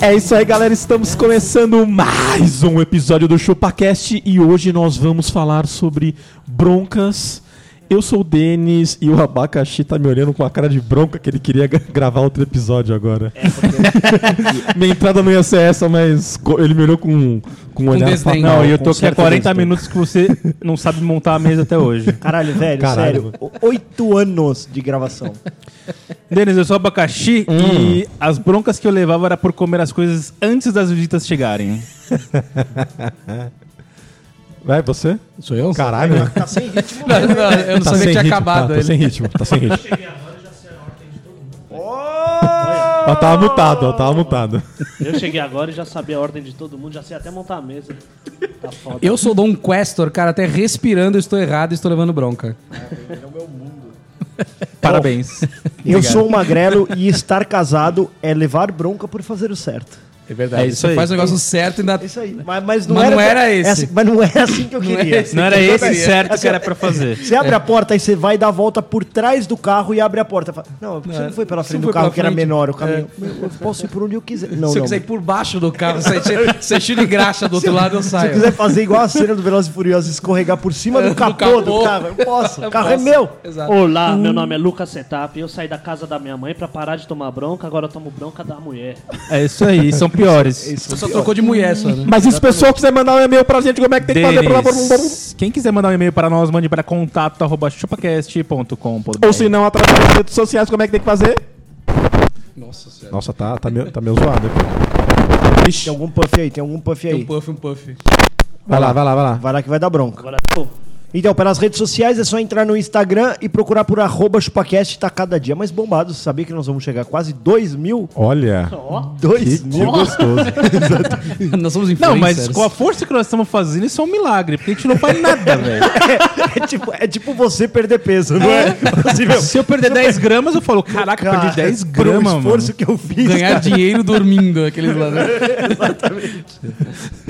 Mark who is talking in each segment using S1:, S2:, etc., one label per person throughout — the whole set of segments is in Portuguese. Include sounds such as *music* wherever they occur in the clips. S1: É isso aí, galera. Estamos começando mais um episódio do ChupaCast e hoje nós vamos falar sobre broncas. Eu sou o Denis e o abacaxi tá me olhando com a cara de bronca que ele queria gra- gravar outro episódio agora. *laughs*
S2: É,
S1: Minha entrada não ia ser essa, mas co- ele me olhou com, com um olhar
S2: desdém.
S1: fatal,
S3: Não,
S1: e
S3: e eu tô aqui há
S1: certo
S3: 40
S1: desdém.
S3: minutos que você *laughs* não sabe montar a mesa até hoje.
S4: Caralho, velho,
S1: Caralho,
S4: sério. O- Oito anos de gravação.
S3: *laughs* Denis, eu sou abacaxi e as broncas que eu levava era por comer as coisas antes das visitas chegarem.
S1: Vai, É, você?
S2: Sou eu?
S1: Caralho.
S4: Tá sem ritmo.
S2: Não, não, eu não
S1: Tá sem
S2: sabia que tinha
S1: ritmo,
S2: acabado.
S1: tá, tá
S2: ele.
S1: sem ritmo, tá sem ritmo. Ó, tava mutado, ó, tava mutado.
S5: Eu cheguei agora e já sabia a ordem de todo mundo, já sei até montar a mesa. Tá foda.
S2: Eu sou Dom Questor, cara, até respirando eu estou errado e estou levando bronca.
S3: Parabéns.
S4: Eu sou um magrelo e estar casado é levar bronca por fazer o certo.
S3: É verdade. É isso
S2: Você
S3: aí.
S2: faz o negócio certo e ainda.
S4: É Isso aí. Mas, mas não,
S2: Mas
S4: era,
S2: não era esse.
S4: assim- mas não era assim que eu
S2: era
S4: queria.
S2: esse.
S3: Não era
S2: Eu
S3: esse
S2: daria.
S3: certo que era pra fazer.
S4: Você abre a porta e você vai dar a volta por trás do carro e abre a porta. Fala, não, você não foi pela
S2: É, você
S4: frente
S2: não
S4: do
S2: foi
S4: carro
S2: pela
S4: que era
S2: frente. É.
S4: menor o caminho. Meu, Eu posso ir por onde eu quiser. Não,
S2: Se eu
S4: não.
S2: quiser ir por baixo do carro, você *laughs* tira, você tira e graxa do outro lado, eu
S4: Se
S2: saio.
S4: eu quiser fazer igual a cena do Velozes e Furiosos, escorregar por cima do capô do
S2: É, capô.
S4: carro, eu posso. O carro é
S2: posso.
S4: meu.
S2: Exato.
S5: Olá, meu nome é Lucas Setup. Eu saí da casa da minha mãe pra parar de tomar bronca, agora eu tomo bronca da mulher.
S3: É isso aí, são piores.
S2: Você só trocou de mulher só, né?
S1: Mas e se o pessoal quiser mandar um e-mail pra gente, como é que tem que fazer pra
S3: Denis, quem quiser mandar um e-mail para nós, mande para contato.chupacast.com.br
S1: Ou se não, através das redes sociais, como é que tem que fazer?
S2: Nossa senhora.
S1: Nossa, tá, tá, meio, tá meio zoado aqui.
S4: Tem algum puff aí, tem algum puff aí.
S2: Um puff, um puff.
S1: Vai lá, vai lá, vai lá.
S4: Vai lá que vai dar bronca.
S5: Agora, pô,
S4: Então, pelas redes sociais é só entrar no Instagram e procurar por arroba chupacast, tá cada dia mais bombado. Você sabia que nós vamos chegar a quase 2 mil?
S1: Olha,
S5: ó,
S4: 2
S1: que
S4: mil?
S1: gostoso.
S2: Nós somos
S3: Não,
S2: influencers.
S3: mas com a força que nós estamos fazendo, isso é um milagre, porque a gente não faz nada, *laughs* velho.
S4: *laughs* É tipo, é tipo você perder peso, não é? Assim, meu,
S3: Se eu perder é 10 gramas, eu falo, caraca,
S4: cara,
S3: perdi 10
S4: pro
S3: gramas, mano.
S4: esforço que eu fiz.
S2: Ganhar
S4: cara.
S2: dinheiro dormindo, aqueles lá. né?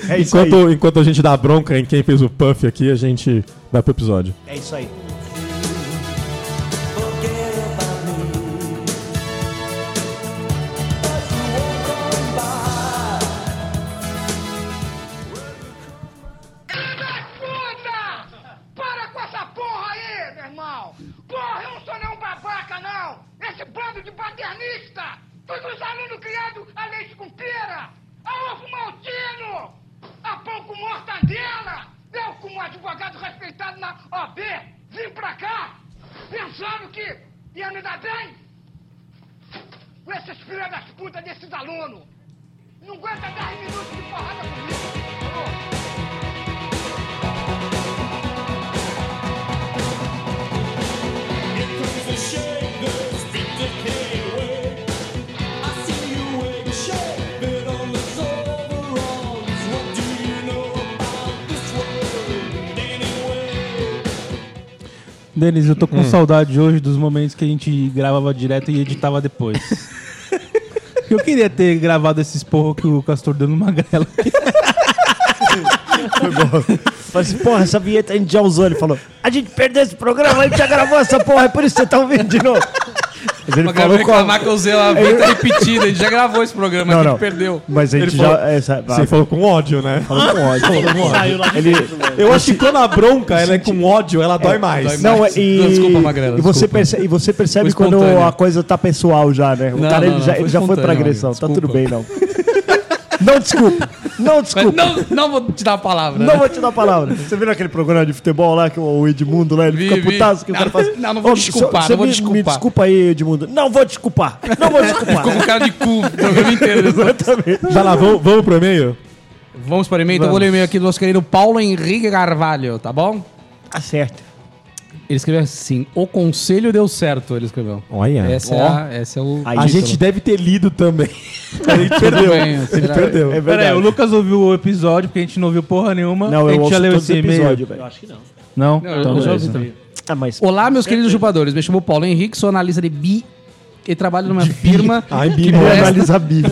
S4: É isso aí.
S1: Enquanto, enquanto a gente dá bronca em quem fez o puff aqui, a gente vai pro episódio.
S4: É isso aí.
S6: Filho da puta! Para com essa porra aí, meu irmão! Porra, eu não sou nenhum babaca, não! Esse bando de paternista! Todos os alunos criados a leite com pera! A ovo maltino! A pão com mortadela! Eu, como advogado respeitado na OB, vim pra cá pensando que ia me dar bem com esses filhos das putas desses alunos! Não aguenta 10 minutos de porrada comigo! falou?
S3: Denis, eu tô com saudade hoje dos momentos que a gente gravava direto e editava *laughs* depois. eu queria ter gravado esses porro que o Castor deu no Magrela.
S4: Falei assim, porra, essa vinheta a gente já usou. Ele falou, a gente perdeu esse programa, a gente já gravou essa porra, é por isso que você tá ouvindo de novo. Mas ele
S2: Mas eu vou
S4: falou como?
S2: reclamar que eu usei a vinheta repetida. A gente já gravou esse programa,
S4: Não,
S2: a gente
S4: não.
S2: perdeu.
S4: Mas a gente
S1: falou-
S4: já... Essa,
S1: Você falou com ódio, né?
S4: falou com ódio.
S5: saiu lá de
S4: Ele-
S5: dentro, velho.
S1: Eu acho que quando a bronca ela é com ódio, ela dói mais.
S2: dói mais.
S4: Não, é,
S2: Mas-
S4: e,
S2: Não, desculpa, Magrela,
S4: e você
S2: desculpa.
S4: percebe, e você percebe
S2: Foi
S4: quando
S2: espontâneo.
S4: a coisa tá pessoal já, né? O
S2: Não,
S4: cara
S2: não,
S4: ele
S2: não,
S4: já,
S2: foi
S4: ele já foi pra
S2: espontâneo,
S4: agressão,
S2: Magrela,
S4: tá tudo bem,
S2: *laughs*
S4: não. não desculpa, não desculpa.
S2: Mas não, não vou te dar a palavra. né?
S4: Não vou te dar a palavra. Você viu aquele programa de futebol lá, que o Edmundo lá, ele
S2: Vi,
S4: fica
S2: vi.
S4: putaço que o cara
S2: Não,
S4: faz.
S2: não, não vou
S4: Ô,
S2: desculpar,
S4: você
S2: não vou
S4: me- Me
S2: desculpar.
S4: desculpa aí, Edmundo. Não vou desculpar, não vou
S2: *laughs*
S4: desculpar.
S2: Ficou com cara de cu o programa inteiro.
S4: Exatamente.
S1: Vai lá, vamos, vamos pro e-mail?
S2: Vamos para o e-mail? Então eu vou ler o e-mail aqui do nosso querido Paulo Henrique Carvalho, tá bom?
S4: Acerta.
S2: Ele escreveu assim: O conselho deu certo, ele escreveu.
S1: Olha.
S2: Essa, é, a, essa é o.
S4: Aí,
S1: A gente deve ter lido também. A gente perdeu.
S2: bem,
S1: Ele
S2: será?
S1: perdeu.
S4: É
S3: Peraí,
S4: verdade.
S3: o Lucas ouviu o episódio, porque a gente não ouviu porra nenhuma.
S4: Não,
S3: a
S4: eu
S3: gente
S4: ouço todo
S3: e-mail.
S4: episódio, velho.
S5: Eu acho que não.
S3: Não? Então,
S2: Não, eu- eu já ouvi
S3: beleza.
S2: também.
S4: Ah, mas
S2: Olá, meus queridos chupadores. Me chamo Paulo Henrique, sou analista de bi e trabalho numa firma. *laughs*
S1: Ai,
S2: que
S1: bi,
S4: não
S2: presta-
S4: analisa bi.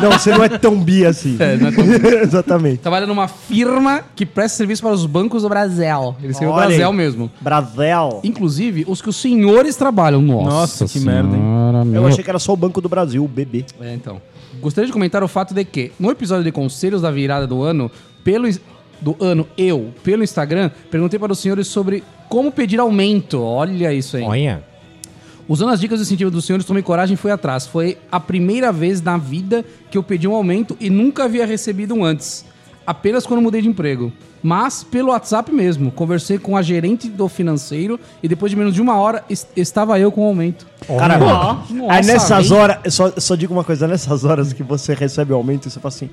S4: Não, você não é tão bi assim.
S2: *laughs* É, não é
S4: *laughs* Exatamente.
S2: Trabalho numa firma que presta serviço para os bancos do Brasil. Ele escreveu
S4: Olha aí.
S2: Brasil mesmo.
S4: Brasil.
S2: Inclusive, os que os senhores trabalham. Nossa,
S3: Nossa, que merda, hein?
S2: hein?
S4: Eu achei que era só o Banco do Brasil, o BB.
S2: É, então. Gostaria de comentar o fato de que, no episódio de Conselhos da Virada do Ano, pelo ins- do ano, eu, pelo Instagram, perguntei para os senhores sobre como pedir aumento. Olha isso aí.
S1: Olha.
S2: Usando as dicas e sentido dos senhores, tomei coragem e fui atrás. Foi a primeira vez na vida que eu pedi um aumento e nunca havia recebido um antes. Apenas quando mudei de emprego. Mas pelo WhatsApp mesmo. Conversei com a gerente do financeiro e depois de menos de uma hora es- estava eu com o aumento.
S4: Cara,
S2: Nossa,
S4: aí nessas
S2: bem-
S4: horas, eu só, eu só digo uma coisa, nessas horas que você recebe o aumento, você fala assim,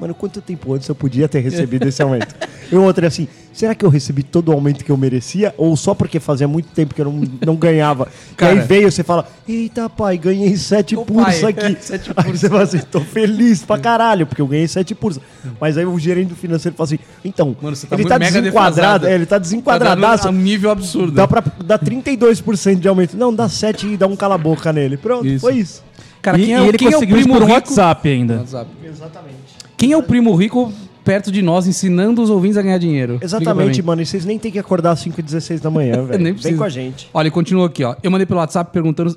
S4: mano, quanto tempo antes eu podia ter recebido esse aumento? E outra é assim, será que eu recebi todo o aumento que eu merecia? Ou só porque fazia muito tempo que eu não, não ganhava? e
S2: Cara.
S4: aí veio, você fala, eita pai, ganhei 7
S2: Ô,
S4: puros
S2: *laughs* pai,
S4: aqui.
S2: sete
S4: Aí você fala assim, tô feliz pra caralho, porque eu ganhei 7 puros. Mas aí o gerente do financeiro fala assim, então,
S2: Mano, você tá
S4: ele
S2: muito
S4: tá
S2: mega
S4: desenquadrado,
S2: defasado.
S4: é, ele tá desenquadradaço.
S2: Tá num nível absurdo.
S4: Dá pra dar 32% de aumento. Não, dá 7 e dá um cala a boca nele. Pronto,
S2: Isso.
S4: foi isso.
S2: Cara,
S3: E,
S2: quem é,
S3: e ele
S2: quem é o
S3: conseguiu isso
S2: primo
S3: por
S2: rico?
S3: WhatsApp ainda.
S2: WhatsApp.
S4: Exatamente.
S2: Né? Quem é o primo rico perto de nós ensinando os ouvintes a ganhar dinheiro? Explica pra
S4: Exatamente,
S2: mim.
S4: mano. E vocês nem tem que acordar às 5 e 16 da manhã, velho.
S2: Nem
S4: Vem
S2: precisa.
S4: com a gente.
S2: Olha, ele continua aqui, ó. Eu mandei pelo WhatsApp perguntando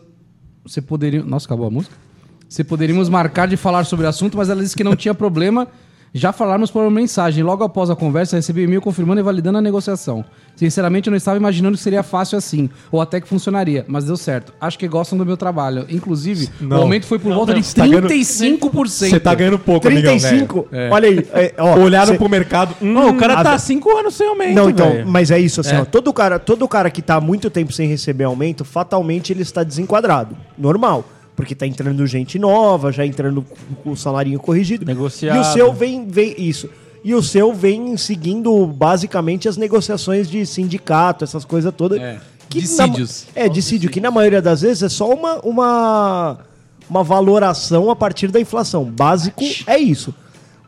S2: se poderia. Nossa, acabou a música? Se poderíamos marcar de falar sobre o assunto, mas ela disse que não tinha problema. Já falarmos por uma mensagem. Logo após a conversa, recebi um e-mail confirmando e validando a negociação. Sinceramente, eu não estava imaginando que seria fácil assim, ou até que funcionaria, mas deu certo. Acho que gostam do meu trabalho. Inclusive,
S1: Não.
S2: o aumento foi por volta de
S1: Você tá ganhando-
S2: 35%.
S1: Você tá ganhando pouco, amigão, velho.
S4: 35? Olha aí. é, ó,
S1: Olharam
S4: cê-
S1: pro mercado. Hum,
S3: Ô, o cara
S4: a-
S3: tá há cinco anos sem aumento,
S4: Não, então,
S3: velho.
S4: mas é isso, assim, ó, todo cara, todo cara que tá há muito tempo sem receber aumento, fatalmente ele está desenquadrado. Normal. Porque tá entrando gente nova, já entrando com- com o salarinho corrigido.
S3: Negociado.
S4: E o seu vem, vem isso. E o seu vem seguindo basicamente as negociações de sindicato, essas coisas todas.
S2: É,
S4: Que
S2: dissídios.
S4: Na, é, dissídio, que na maioria das vezes é só uma, uma, uma valoração a partir da inflação. Básico é isso.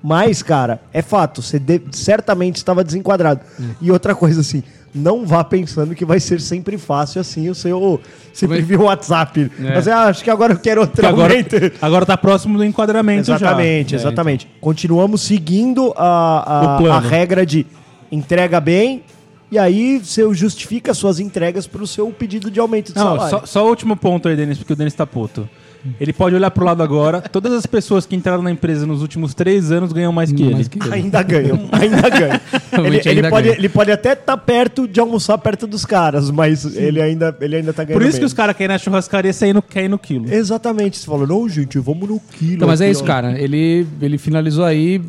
S4: Mas, cara, é fato, você de- certamente estava desenquadrado. E outra coisa, assim, não vá pensando que vai ser sempre fácil assim o seu. Sempre via o WhatsApp. Mas ah, acho que agora eu quero outro
S3: Porque agora,
S4: aumento.
S3: agora tá próximo do enquadramento É,
S4: Exatamente, exatamente. Continuamos seguindo a,
S1: O
S4: a,
S1: plano.
S4: a regra de entrega bem e aí você justifica suas entregas pro seu pedido de aumento de
S3: já. Não,
S4: salário.
S3: só, só o último ponto aí, Denis, porque o Denis tá puto. Ele pode olhar pro lado agora. Todas as pessoas que entraram na empresa nos últimos três anos ganham mais que ele.
S2: Mais que-
S4: Ainda ganha, ainda ganha. ele,
S2: Realmente
S4: ele
S2: ainda
S4: pode,
S2: ganha.
S4: ele pode até estar perto de almoçar perto dos caras, mas ele ainda, ele ainda tá ganhando
S3: Por isso que
S4: menos.
S3: os caras querem na churrascaria saem no, caem no quilo.
S4: Exatamente, você falou, não, gente, vamos no quilo.
S2: Então, mas é
S4: aqui,
S2: isso,
S4: ó."
S2: cara. Ele, ele finalizou aí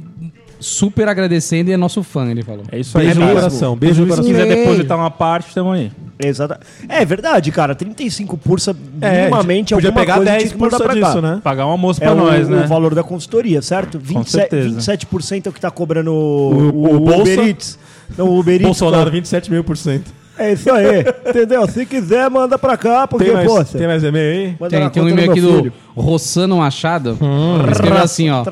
S2: super agradecendo e é nosso fã, ele falou.
S3: É isso aí,
S1: Beijo no
S3: cara.
S1: coração, beijo no
S3: Se
S1: coração.
S3: quiser
S2: Ei.
S3: depositar uma parte, estamos aí.
S4: Exata... É verdade, cara, 35 pursa,
S1: É,
S4: minimamente,
S1: podia
S4: alguma
S1: pegar
S4: coisa
S1: 10
S4: tinha que mandar
S1: por
S4: pra
S1: disso,
S4: cá.
S1: né?
S3: Pagar um almoço
S4: É
S2: Tipo,
S3: pra
S4: o,
S3: nós,
S4: o
S3: né?
S4: valor da consultoria, certo? 27,
S3: certeza.
S4: 27% é o que tá cobrando
S1: O-
S4: o,
S1: o Bolsa?
S4: Uber Eats. Não, o Uber Eats.
S1: Bolsonaro,
S4: cobra.
S1: 27 mil por cento.
S4: É isso aí, entendeu? Se quiser, manda pra cá, porque,
S1: Tem mais,
S4: pô,
S1: tem mais e-mail aí?
S4: manda
S2: Tem,
S4: na
S2: tem um
S4: conta
S2: e-mail
S4: meu
S2: aqui do
S4: filho. Hum.
S2: Rossano Machado. Ele Escreveu assim, ó.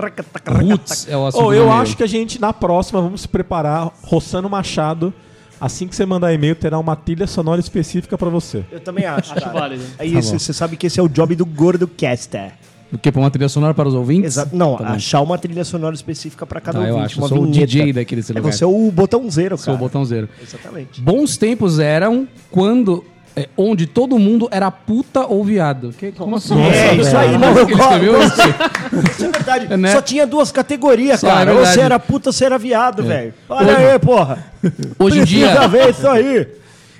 S2: Roots é o assunto.
S1: Ô,
S2: do
S1: eu
S2: e-mail.
S1: acho que a gente, na próxima, vamos se preparar. Rossano Machado, assim que você mandar e-mail, terá uma trilha sonora específica pra você.
S4: Eu também acho,
S5: Acho
S4: cara.
S5: válido.
S2: Tá
S4: É isso, você sabe que esse é o job do Gordo Caster.
S2: O que? Pra uma trilha sonora para os ouvintes?
S4: Exato. Não,
S2: Tá bom.
S4: achar uma trilha sonora específica pra cada
S2: Tá, eu
S4: ouvinte.
S2: acho, eu
S4: uma
S2: sou o
S4: vinheta.
S2: DJ daquele
S4: É,
S2: lugar.
S4: você é o botãozeiro, cara.
S2: Sou o botão um zero.
S4: Exatamente.
S2: Bons tempos eram quando. é, onde todo mundo era puta ou viado. Que, como assim?
S4: é, isso aí, não, eu
S2: Ele escreveu
S4: gosto.
S2: isso?
S4: *laughs* Isso é verdade.
S2: É, né?
S4: Só tinha duas categorias,
S2: Só, é
S4: cara. ou
S2: verdade.
S4: você era puta, ou você era viado, velho. Olha aí, porra.
S2: Hoje em
S4: Precisa
S2: dia.
S4: ver isso aí.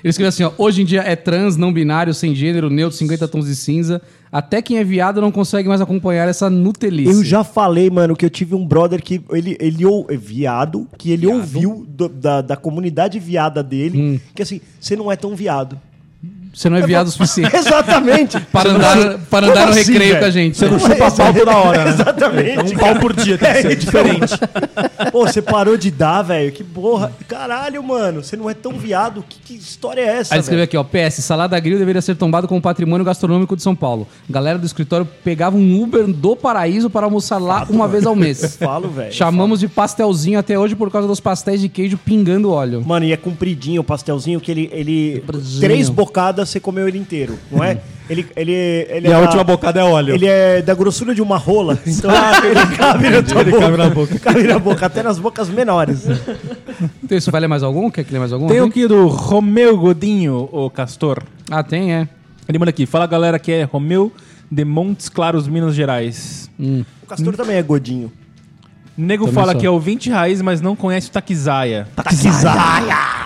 S2: Ele escreveu assim, ó. Hoje em dia é trans, não binário, sem gênero, neutro, 50 tons de cinza. Até quem é viado não consegue mais acompanhar essa nutelice.
S4: Eu já falei, mano, que eu tive um brother que ele, ele ou, é viado, que ele ouviu do- da, da comunidade viada dele, que assim, você não é tão viado. *laughs*
S2: Você não é viado o suficiente
S4: Exatamente.
S2: para
S4: Você não
S2: andar,
S4: chupa-
S2: para
S4: Como
S2: andar no
S4: assim,
S2: recreio
S4: velho?
S2: com a gente.
S1: Você não
S4: Ué,
S1: chupa pau toda hora, né? *laughs* É
S4: Exatamente.
S1: um pau por dia, tem que ser diferente.
S4: Pô, você parou de dar, velho. Que porra. Caralho, mano. Você não é tão viado. Que, que história é essa?
S2: Aí ele escreveu
S4: velho?
S2: aqui, ó, PS, Salada Grill deveria ser tombado como patrimônio gastronômico de São Paulo. Galera do escritório pegava um Uber do paraíso para almoçar lá uma vez ao mês.
S4: Falo, velho.
S2: Chamamos de pastelzinho até hoje por causa dos pastéis de queijo pingando óleo.
S4: Mano, e é compridinho o pastelzinho que ele. ele
S2: Compridinho.
S4: três bocadas você comeu ele inteiro, não é? Ele, ele, ele
S1: E
S4: é
S1: a
S4: da-
S1: última bocada é óleo.
S4: Ele é da grossura de uma rola. Então ele cabe na tua
S1: Ele
S4: boca.
S1: cabe na boca.
S4: *laughs* Cabe na boca, até nas bocas menores.
S2: Então isso, vai ler mais algum? Quer que lê mais algum?
S3: Tem o
S2: alguém?
S3: que do Romeu Godinho, o Castor.
S2: Ah, tem, é.
S3: Ele manda aqui, fala galera que é Romeu de Montes Claros, Minas Gerais.
S4: O castor também é godinho.
S3: Nego
S2: Também
S3: fala
S2: sou.
S3: que é ouvinte raiz, mas não conhece o Taquizaia.
S4: Taquizaia!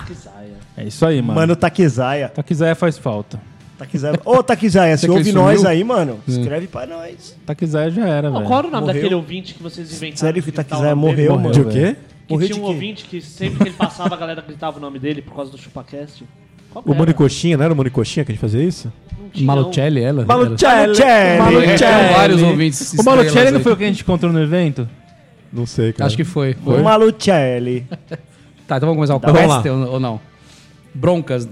S3: É isso aí, mano.
S4: Mano, Taquizaia.
S3: Taquizaia faz falta.
S4: Taquizaia. Ô, Taquizaia, se
S2: que
S4: ouve
S2: ele
S4: nós
S2: sumiu?
S4: aí, mano, escreve pra nós.
S3: Taquizaia já era,
S5: Não,
S3: velho. É,
S5: qual era o nome
S4: Morreu.
S5: daquele ouvinte que vocês inventaram?
S4: Sério que o
S5: Gritar o
S4: Taquizaia
S5: nome dele?
S4: morreu, mano?
S1: De o quê?
S5: Que
S4: Morreu
S5: tinha
S4: de
S5: um
S4: quê?
S5: ouvinte que sempre que ele passava a galera gritava o nome dele por causa do ChupaCast. Qual que
S1: O
S5: era?
S1: Manicoxinha, não era o Manicoxinha que a gente fazia isso?
S5: Não tinha, não.
S2: Malucelli, ela?
S4: Malucelli!
S2: Malucelli. Tem vários ouvintes
S3: O
S2: estrelas
S3: Malucelli não
S2: aí.
S3: foi o que a gente encontrou no evento?
S1: Não sei, cara.
S2: Acho que foi.
S4: O Malucelli.
S2: Tá, então vamos começar o
S1: Tá, vamos
S2: Quest ou ou não? Broncas.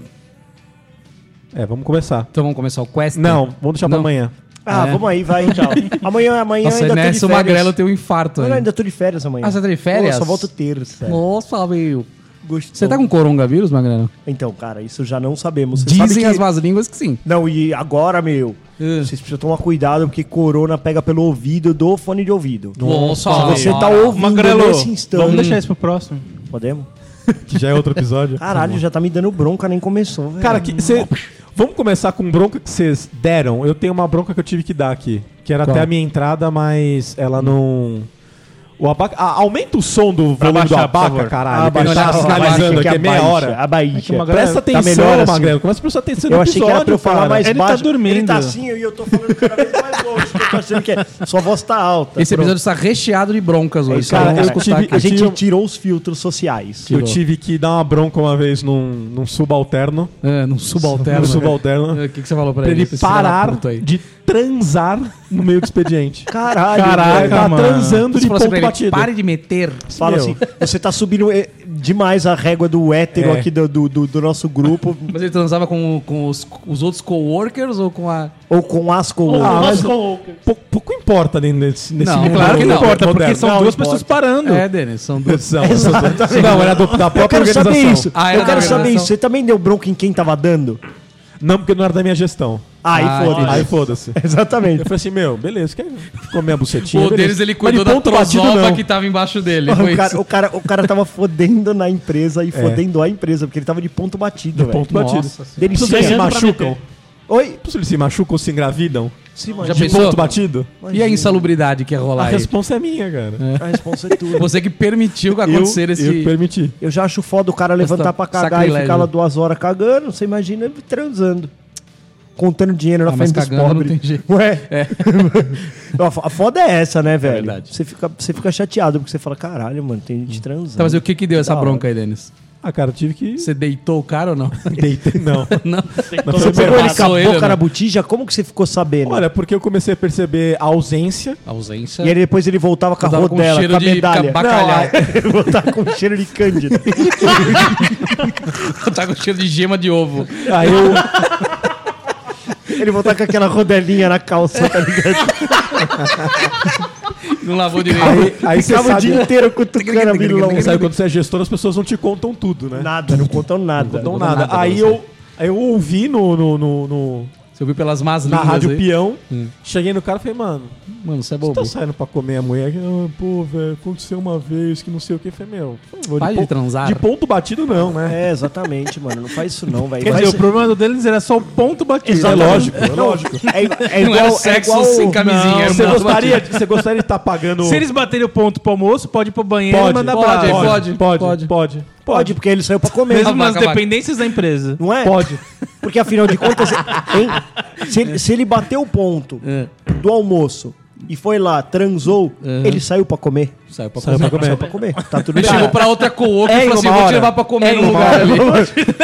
S1: É, vamos começar.
S2: Então vamos começar o Quest?
S1: Não, vamos deixar pra
S2: Não.
S1: amanhã.
S4: Ah,
S2: É.
S4: vamos aí, vai, tchau. Amanhã, amanhã
S2: Nossa,
S4: ainda tô de
S2: nessa o
S4: férias.
S2: Magrelo tem um infarto.
S4: Eu
S2: Ainda.
S4: ainda tô de férias amanhã.
S2: Ah, você tá de
S4: Pô,
S2: férias?
S4: só volto terça.
S2: Nossa, meu.
S4: Gostou.
S2: Você tá com coronavírus, Magrelo?
S4: Então, cara, isso já não sabemos. Você sabe
S2: Dizem
S4: que-
S2: as más línguas que
S1: Tá
S2: sim.
S4: Não, e agora, meu,
S2: Ah.
S4: vocês precisam tomar cuidado porque corona pega pelo ouvido do fone de ouvido.
S2: Nossa,
S4: você tá
S2: cara.
S4: ouvindo nesse instante.
S3: vamos deixar isso pro próximo.
S4: Podemos?
S1: Que já é outro episódio.
S4: Caralho, já tá me dando bronca, nem começou, velho.
S1: Cara, que cê- vamos começar com bronca que vocês deram. Eu tenho uma bronca que eu tive que dar aqui. Que era
S2: Qual?
S1: até a minha entrada, mas ela não. O abaca... ah, aumenta o som do volume do
S3: baixar, por
S1: abaca,
S3: favor.
S1: caralho.
S4: Ah,
S1: Pra ele
S4: baixar,
S1: tá
S4: abaixa,
S1: sinalizando
S4: que
S1: aqui, é meia
S4: abaixa,
S1: hora.
S4: Abaixa.
S1: Presta
S4: Tá
S1: atenção,
S4: melhor assim.
S1: Magrelo. Começa a prestar atenção no
S4: Eu achei que era pra eu
S1: episódio,
S4: falar
S1: cara.
S4: mais
S3: Ele tá
S4: baixo.
S3: dormindo.
S4: Ele tá assim e eu tô falando cada vez mais longe. porque Eu tô achando que é... Sua voz tá alta.
S2: Esse
S4: Pronto.
S2: episódio está recheado de broncas hoje.
S4: Cara,
S2: Então,
S4: eu
S2: vamos
S1: tive- um-
S2: cortar
S4: A
S2: aqui.
S4: gente
S1: Tirou.
S4: tirou os filtros sociais.
S1: Eu tive que dar uma bronca uma vez num, num subalterno.
S2: É, não subalterno.
S1: Num subalterno.
S2: É, O que, que você falou pra
S1: Pra
S2: ele?
S1: ele
S2: Esse filho da
S1: parar
S2: puta aí.
S1: de transar no meio do expediente.
S4: Caralho,
S1: Ele
S4: velho.
S1: tá
S3: mano.
S1: transando
S2: Você
S1: de
S2: falou assim pra
S1: ponto
S2: ele,
S1: batido.
S2: pare de meter.
S4: Fala
S1: Meu.
S4: assim, você tá subindo eh, demais a régua do hétero
S1: É.
S4: aqui do, do, do- do nosso grupo,
S2: Mas ele transava com, com os, os outros coworkers ou com a...
S4: ou com as
S1: Ah,
S4: colunas.
S1: mas
S5: Mas com o-
S1: pou- pouco importa né, nesse, nesse
S2: Não,
S1: mundo
S2: claro que não.
S1: importa,
S3: Porque
S1: moderno.
S3: são
S4: Não,
S3: duas
S4: importa.
S3: pessoas parando.
S2: É, Denis, são
S1: *laughs* Não,
S2: duas...
S1: são- são- não, era do- da própria
S4: Eu quero
S1: organização.
S4: saber isso.
S2: Ah, é
S4: eu
S2: da
S4: quero saber
S2: organização.
S4: isso. Você também deu bronca em quem tava
S1: *laughs*
S4: dando?
S1: Não, porque não era da minha gestão.
S4: Aí
S2: Ah,
S4: foda-se.
S1: Aí foda-se.
S4: Exatamente.
S1: Eu falei assim, meu, beleza, quer comer a bucetinha?
S2: O
S1: Beleza.
S2: deles ele
S1: Mas
S2: cuidou
S1: de
S2: da
S1: ponto batido,
S2: trozova
S1: não.
S2: que tava embaixo dele. Foi
S4: O cara,
S2: isso.
S4: o, cara, o cara tava fodendo na empresa e fodendo a empresa, porque ele tava de ponto batido, velho.
S1: É. Ponto batido.
S2: Nossa senhora.
S4: Delicinha.
S1: Se eles se
S5: Ganhando pra
S1: machucam,
S5: meter.
S4: Oi?
S1: se eles se machucam ou se engravidam,
S2: Já
S1: de
S2: pensou?
S1: ponto batido,
S2: E a insalubridade que ia rolar
S1: a
S2: aí?
S1: responsa é minha, cara.
S4: A resposta é tudo.
S2: Você que permitiu que acontecer
S1: eu,
S2: esse...
S1: eu permiti.
S4: Eu já acho foda o cara levantar pra cagar
S2: Sacrilégio.
S4: e ficar lá duas horas cagando. Você imagina ele transando. Contando dinheiro na
S2: Ah, mas
S4: frente dos
S2: cagando não
S4: pobres.
S2: tem jeito. É.
S4: Ué? *laughs* Não, a fo- a foda é essa, né, velho?
S2: verdade.
S4: Você fica, você fica chateado, porque você fala, caralho, mano, tem gente transando.
S2: Tá, mas o que que deu essa
S4: Da hora.
S2: bronca aí, Denis?
S1: Ah, cara, eu tive que...
S2: Você deitou o cara ou não?
S1: Deitei, não.
S2: Não.
S5: Tem todo
S1: você
S5: mundo
S4: Pegou ele com
S2: Passou
S4: a
S2: ele,
S4: boca
S2: né?
S4: na botija? Como que você ficou sabendo?
S1: Olha, porque eu comecei a perceber a ausência
S2: Ausência.
S4: e aí depois ele voltava com a
S2: Tava com
S4: rodela, com,
S2: cheiro
S4: a
S2: de
S4: medalha. *laughs*
S2: ca- bacalhau.
S4: Não, a- voltava com cheiro de
S2: *laughs*
S4: cândida.
S2: *laughs* tá com cheiro de gema de ovo.
S1: Aí eu,
S4: Ele voltava com aquela rodelinha na calça,
S2: *laughs*
S4: tá ligado?
S2: Não lavou direito.
S1: aí, aí você
S4: Ficava o dia
S1: sabe,
S4: inteiro cutucando a vilão.
S1: sabe quando você é gestor, as pessoas não te contam tudo, né?
S4: Nada, não contam nada.
S1: Não,
S2: Não
S1: nada.
S2: nada pra
S1: Aí
S2: você.
S1: eu, aí eu ouvi no, no, no- no-
S2: Você ouviu pelas más
S1: na
S2: línguas
S1: rádio
S2: aí?
S1: peão, cheguei no cara e falei, mano,
S2: Mano, você é
S1: você
S2: bobo.
S1: tá saindo pra comer a mulher? Ah, Pô, velho, aconteceu uma vez que não sei o que. Eu falei, meu, por favor,
S2: Pare de
S1: ponto-
S2: transar.
S1: de ponto batido não, né?
S4: É, exatamente, mano. Não faz isso não, velho.
S3: Quer
S4: Faz
S3: dizer, o problema deles era só o ponto batido.
S1: É lógico, é lógico.
S4: É, igual- é
S2: Não era
S4: igual, é
S2: sexo
S4: igual
S2: sem camisinha, era um
S1: Você
S2: ponto
S1: gostaria, de- você gostaria
S4: tá
S1: de estar pagando...
S3: Se eles baterem o ponto pro almoço, pode ir pro banheiro
S1: Pode,
S3: e mandar
S2: pode,
S3: pra
S2: pode.
S1: pode,
S2: pode.
S1: pode, pode.
S4: Pode, porque ele saiu pra comer.
S3: Mesmo
S2: Acabar,
S3: nas
S2: acabar.
S3: dependências da empresa.
S4: Não é?
S1: *laughs* Pode.
S4: Porque afinal de contas, hein? Se, ele, se ele bateu o ponto
S2: É.
S4: do almoço e foi lá, transou, ele saiu pra comer.
S2: Saiu pra
S1: Saiu
S2: comer.
S1: pra comer.
S4: Pra comer. Tá tudo
S2: Ele chegou pra outra co-worker e
S1: é
S2: falou assim,
S1: uma
S2: vou te
S1: hora.
S2: levar pra comer
S1: É
S2: num
S1: uma
S2: lugar
S1: hora.
S2: ali.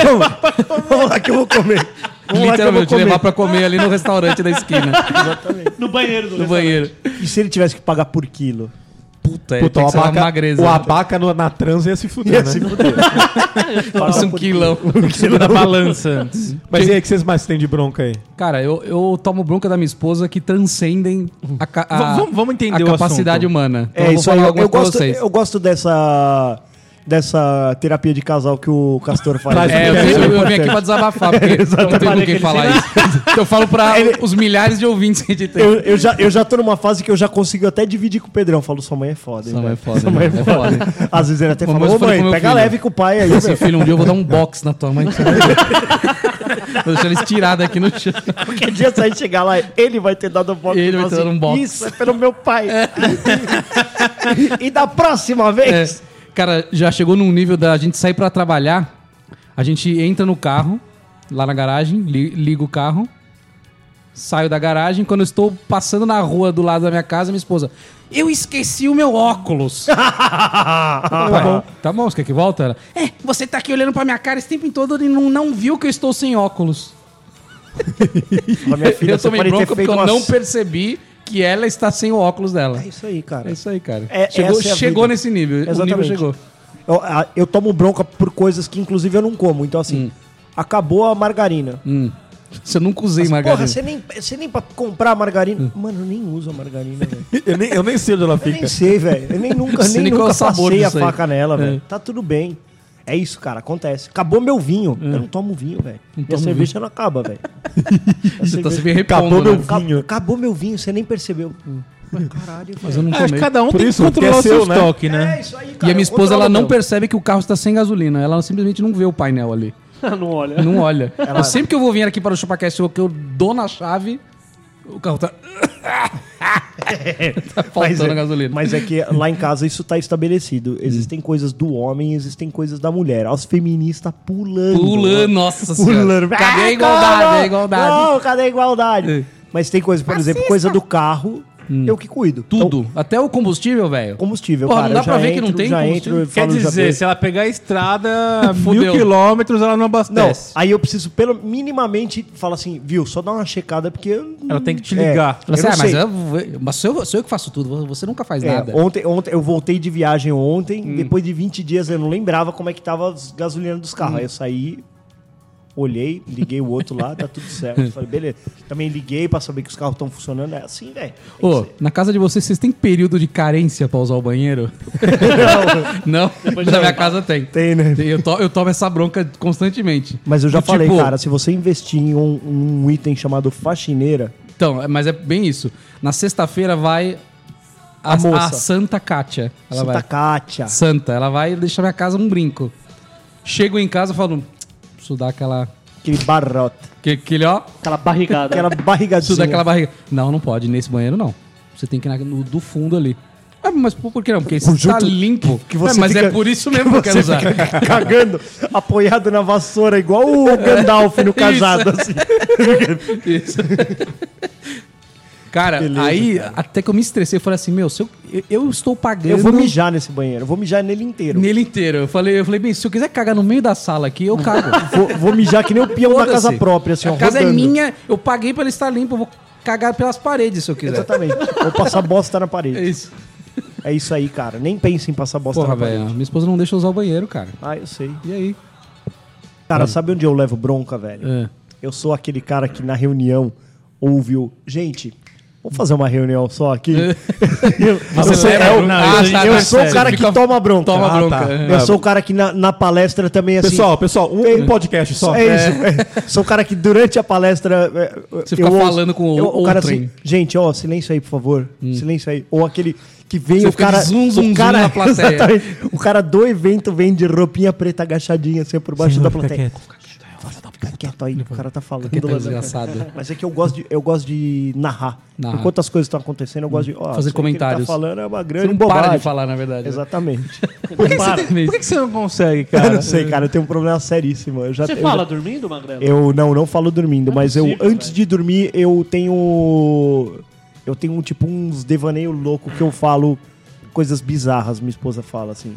S4: Vamos, vamos lá que eu vou comer. lá que eu vou
S2: Literalmente,
S4: comer.
S2: levar pra comer ali no restaurante da esquina.
S5: No banheiro do *laughs*
S2: no
S5: restaurante.
S2: banheiro.
S4: E se ele tivesse que pagar por quilo?
S2: Puta, é,
S1: Puta,
S2: tem
S1: o
S2: que ser uma
S1: abaca,
S2: magreza.
S1: o abaca no- na trans né? ia se fuder,
S4: Ia
S1: né?
S4: se fuder.
S2: Parece um quilão.
S3: da balança antes.
S1: *laughs* Mas e aí, o que vocês mais têm de bronca aí?
S2: Cara, eu, eu tomo bronca da minha esposa que transcendem a, ca- a-
S3: Vamos- vamos entender
S2: a
S3: o
S2: capacidade
S3: assunto.
S2: humana. Então
S4: É
S2: eu vou
S4: isso aí.
S2: falar
S4: Eu,
S2: algumas
S4: eu
S2: pra
S4: gosto,
S2: vocês.
S4: eu gosto dessa, dessa terapia de casal que o Castor faz.
S2: É, eu,
S4: Porque
S2: eu- eu vim
S4: importante.
S2: aqui pra desabafar, porque não tem com quem falar isso. Eu falo pra os milhares de ouvintes que a gente tem.
S4: Eu, eu já, eu já tô numa fase que eu já consigo até dividir com o Pedrão. Eu Falo, sua mãe é foda. hein,
S2: Sua mãe é
S4: velho?
S2: foda,
S4: Sua mãe é
S2: né? É
S4: foda. É
S2: foda.
S4: Às vezes ele até
S2: Uma
S4: fala,
S2: vez
S4: ô
S2: eu falei
S4: mãe,
S2: pro meu
S4: pega
S2: filho.
S4: leve com o pai
S2: *laughs*
S4: aí.
S2: Falei assim,
S4: meu."
S2: filho, um dia eu vou dar um box na tua mãe. *laughs* vou deixar eles tirados aqui no chão.
S4: Qualquer dia sair chegar lá, ele vai ter dado um box.
S2: Ele
S4: e
S2: vai ter
S4: falar
S2: dado um box.
S4: Isso é pelo meu pai. e da próxima
S2: É,
S4: vez.
S2: cara, já chegou num nível da gente sair pra trabalhar, a gente entra no carro, lá na garagem, li- liga o carro, saio da garagem, quando eu estou passando na rua do lado da minha casa, minha esposa, eu esqueci o meu
S4: *laughs*
S2: óculos. tá bom, tá bom, você quer que volta? Ela, é, você tá aqui olhando pra minha cara esse tempo todo e não, não viu que eu estou sem óculos.
S4: *laughs* Fala, minha filha,
S2: eu
S4: você
S2: tomei
S4: pode ter
S2: bronca porque
S4: feito
S2: eu
S4: uma...
S2: não percebi que ela está sem o óculos dela.
S4: É isso aí, cara.
S2: É isso aí, cara.
S4: É-
S2: chegou
S4: essa é a
S2: chegou
S4: vida.
S2: nesse nível. O nível
S4: Exatamente.
S2: chegou.
S4: Eu, a- eu tomo bronca por coisas que, inclusive, eu não como. Então, assim,
S2: Hum.
S4: acabou a margarina.
S2: Você nunca usei
S4: Mas,
S2: Hum. margarina. Hum.
S4: Porra, você nem, você nem pra comprar margarina. Mano, eu nem uso a margarina, velho.
S1: Eu nem, eu nem sei onde ela
S4: Eu
S1: fica.
S4: nem sei, velho. Eu nem nunca,
S2: *laughs* Sei
S4: nem
S2: nem qual
S4: nunca
S2: é o sabor
S4: passei a
S2: disso aí.
S4: faca nela, velho. Tá tudo bem. É isso, cara. Acontece. Acabou meu vinho.
S2: É.
S4: Eu não tomo vinho, velho. Minha cerveja não acaba,
S2: *laughs*
S4: velho. A
S2: Você
S4: cerveja-
S2: tá se bem repondo,
S1: Acabou
S2: né?
S1: meu- vinho.
S4: Acabou, acabou meu vinho, você nem percebeu. Ué, Caralho,
S2: Hum. Mas
S3: *laughs*
S4: velho. É
S2: eu não
S3: Acho que
S2: tomei.
S3: cada um
S1: Por
S3: tem
S1: isso,
S3: que
S1: porque é
S3: controlar o seu
S1: seu, né?
S3: estoque, né?
S4: isso aí,
S2: E a minha
S4: eu
S2: esposa, ela
S4: controlo
S2: não
S4: meu.
S2: percebe que o carro está sem gasolina. Ela simplesmente não vê o painel ali.
S5: Não olha.
S4: *laughs*
S2: Não olha. Eu sempre que eu vou vir aqui para o ChupaCast, eu- que eu dou na chave, o carro tá... *laughs* tá
S4: *laughs* Mas
S2: faltando
S4: é,
S2: gasolina. Hum.
S4: mas é que lá em casa isso tá estabelecido. Existem coisas do homem, existem coisas da mulher. As feministas pulando.
S2: Pulando, nossa senhora.
S4: Pulando.
S2: Cadê a
S4: né? Ah, cara!
S2: igualdade? Cadê a igualdade?
S4: Não, cadê a igualdade?
S2: É. Hum.
S4: Mas tem coisa, por exemplo, coisa do carro, eu que cuido.
S2: Tudo.
S4: Então,
S2: Até o combustível, velvel
S4: combustível,
S2: Porra,
S4: cara.
S2: não dá
S4: eu já
S2: pra ver que
S4: entro,
S2: não tem
S4: já
S2: combustível.
S4: entro, e
S3: Quer
S4: falo, já
S3: dizer,
S4: vejo.
S3: se ela pegar a estrada *laughs* mil
S2: Fudeu.
S3: quilômetros, ela não
S4: Não,
S3: abastece.
S4: aí eu preciso pelo minimamente falar assim, viu, só dá uma checada porque... eu-
S3: Ela tem que te
S4: É.
S3: ligar.
S2: Ela
S4: Eu
S2: fala
S4: não
S2: assim, ah,
S4: sei.
S2: mas, eu, mas sou, eu, sou eu que faço tudo, você nunca faz
S4: É,
S2: nada.
S4: ontem, ontem eu voltei de viagem ontem,
S2: Hum.
S4: depois de 20 dias eu não lembrava como é que tava as gasolinas dos
S2: Hum.
S4: carros. Aí eu saí, olhei, liguei o outro lá, tá tudo
S2: *laughs*
S4: certo. Falei, beleza. Também liguei pra saber que os carros estão funcionando. É assim, velho. Tem
S2: Ô,
S4: que ser.
S2: na casa de vocês, vocês têm período de carência pra usar
S4: *laughs*
S2: o banheiro? Não. Na minha casa tem.
S4: Tem, né?
S2: Eu, to- eu tomo essa bronca constantemente.
S4: Mas eu já
S2: Do
S4: falei,
S2: tipo,
S4: cara, se você investir em um, um item chamado faxineira,
S2: Então, é- mas é bem isso. Na sexta-feira vai a,
S4: A moça.
S2: a Santa Cátia. Ela
S4: Santa
S2: vai.
S4: Cátia.
S2: Santa. Ela vai deixar minha casa um brinco. Chego em casa e falo, "Tsk, preciso dar aquela...
S4: Aquele barrote.
S2: que- Aquele, ó,
S5: Aquela barrigada.
S4: Aquela barrigadinha.
S2: preciso dar aquela barriga. Não, não pode, nesse banheiro não. Você tem que ir na- no do fundo ali. Ah, mas por por que não? Porque está
S4: junto
S2: limpo.
S4: que você
S2: É, mas é
S4: fica-
S2: por isso mesmo que eu quero
S4: Você
S2: usar.
S4: fica *laughs* cagando, apoiado na vassoura, igual o
S3: *laughs*
S4: Gandalf no casado, assim.
S2: *laughs* Isso. Cara,
S4: Beleza,
S2: aí até que eu me estressei, eu falei assim, meu, se eu, eu- eu estou pagando
S4: Eu vou mijar nesse banheiro, eu vou mijar nele inteiro.
S2: nele inteiro. Eu falei, eu falei, bem, se eu quiser cagar no meio da sala aqui,
S4: *laughs*
S2: eu cago.
S4: Vou, vou mijar que nem o peão da
S2: Foda-se.
S4: casa própria, assim, ó,
S2: A casa é
S4: rodando.
S2: minha, eu paguei pra ela estar limpa, eu vou cagar pelas paredes se eu quiser.
S4: Exatamente. Vou passar bosta na parede.
S2: É isso.
S4: É isso aí, cara. Nem pense em passar bosta
S2: Porra,
S4: na parede.
S2: velho, minha esposa não deixa eu usar o banheiro, cara.
S4: Ah, eu sei.
S2: E aí?
S4: Cara, sabe onde eu levo bronca, velho?
S2: É.
S4: Eu sou aquele cara que na reunião ouviu. Gente, vamos fazer uma reunião só aqui?
S2: É.
S4: *laughs* eu, eu sou,
S2: leva
S4: eu, eu-
S2: bronca? Ah, tá,
S4: eu
S2: tá
S4: sou o
S2: certo.
S4: cara
S2: Fica-
S4: que toma bronca.
S2: Toma bronca.
S4: tá.
S2: *laughs* É.
S4: Eu sou o cara que na, na palestra também, assim.
S1: Pessoal, pessoal, um, um podcast só.
S4: É isso. Sou o cara que durante a palestra. é,
S2: Você fica
S4: ouço-
S2: falando com o-
S4: eu- O cara
S2: outrem. Hum.
S4: assim, gente, ó, silêncio aí, por favor. Silêncio aí. Ou aquele que vem
S2: Você
S4: o
S2: fica de
S4: cara.
S2: zum, zum,
S4: o cara
S2: zum na plateia.
S4: *laughs* Exatamente. O cara do evento vem de roupinha preta agachadinha assim por baixo da plateia. Fica quieto aí, o cara tá falando.
S2: quieto,
S4: lá na
S2: desgraçado.
S4: frente. Mas é que eu gosto de, eu gosto de narrar.
S2: Narrar. Hum.
S4: Enquanto as coisas estão acontecendo, eu gosto de. ó,
S2: Fazer
S4: isso aí que ele
S2: comentários.
S4: Tá falando é uma
S2: Você
S4: grande
S2: não
S4: bobagem.
S2: para de falar, na verdade. né? *laughs*
S4: Exatamente.
S3: Por que, que você
S2: Para.
S3: tem- *laughs* por que que você não consegue,
S4: eu
S3: cara?
S4: não sei, cara, eu tenho um problema seríssimo. Eu já,
S5: Você
S4: eu já-
S5: fala dormindo, Magrelo?
S4: eu não, não falo dormindo, mas eu
S5: possível,
S4: antes de dormir eu tenho eu tenho um tipo uns devaneio louco que eu falo coisas bizarras, minha esposa fala
S1: Ah,
S4: assim.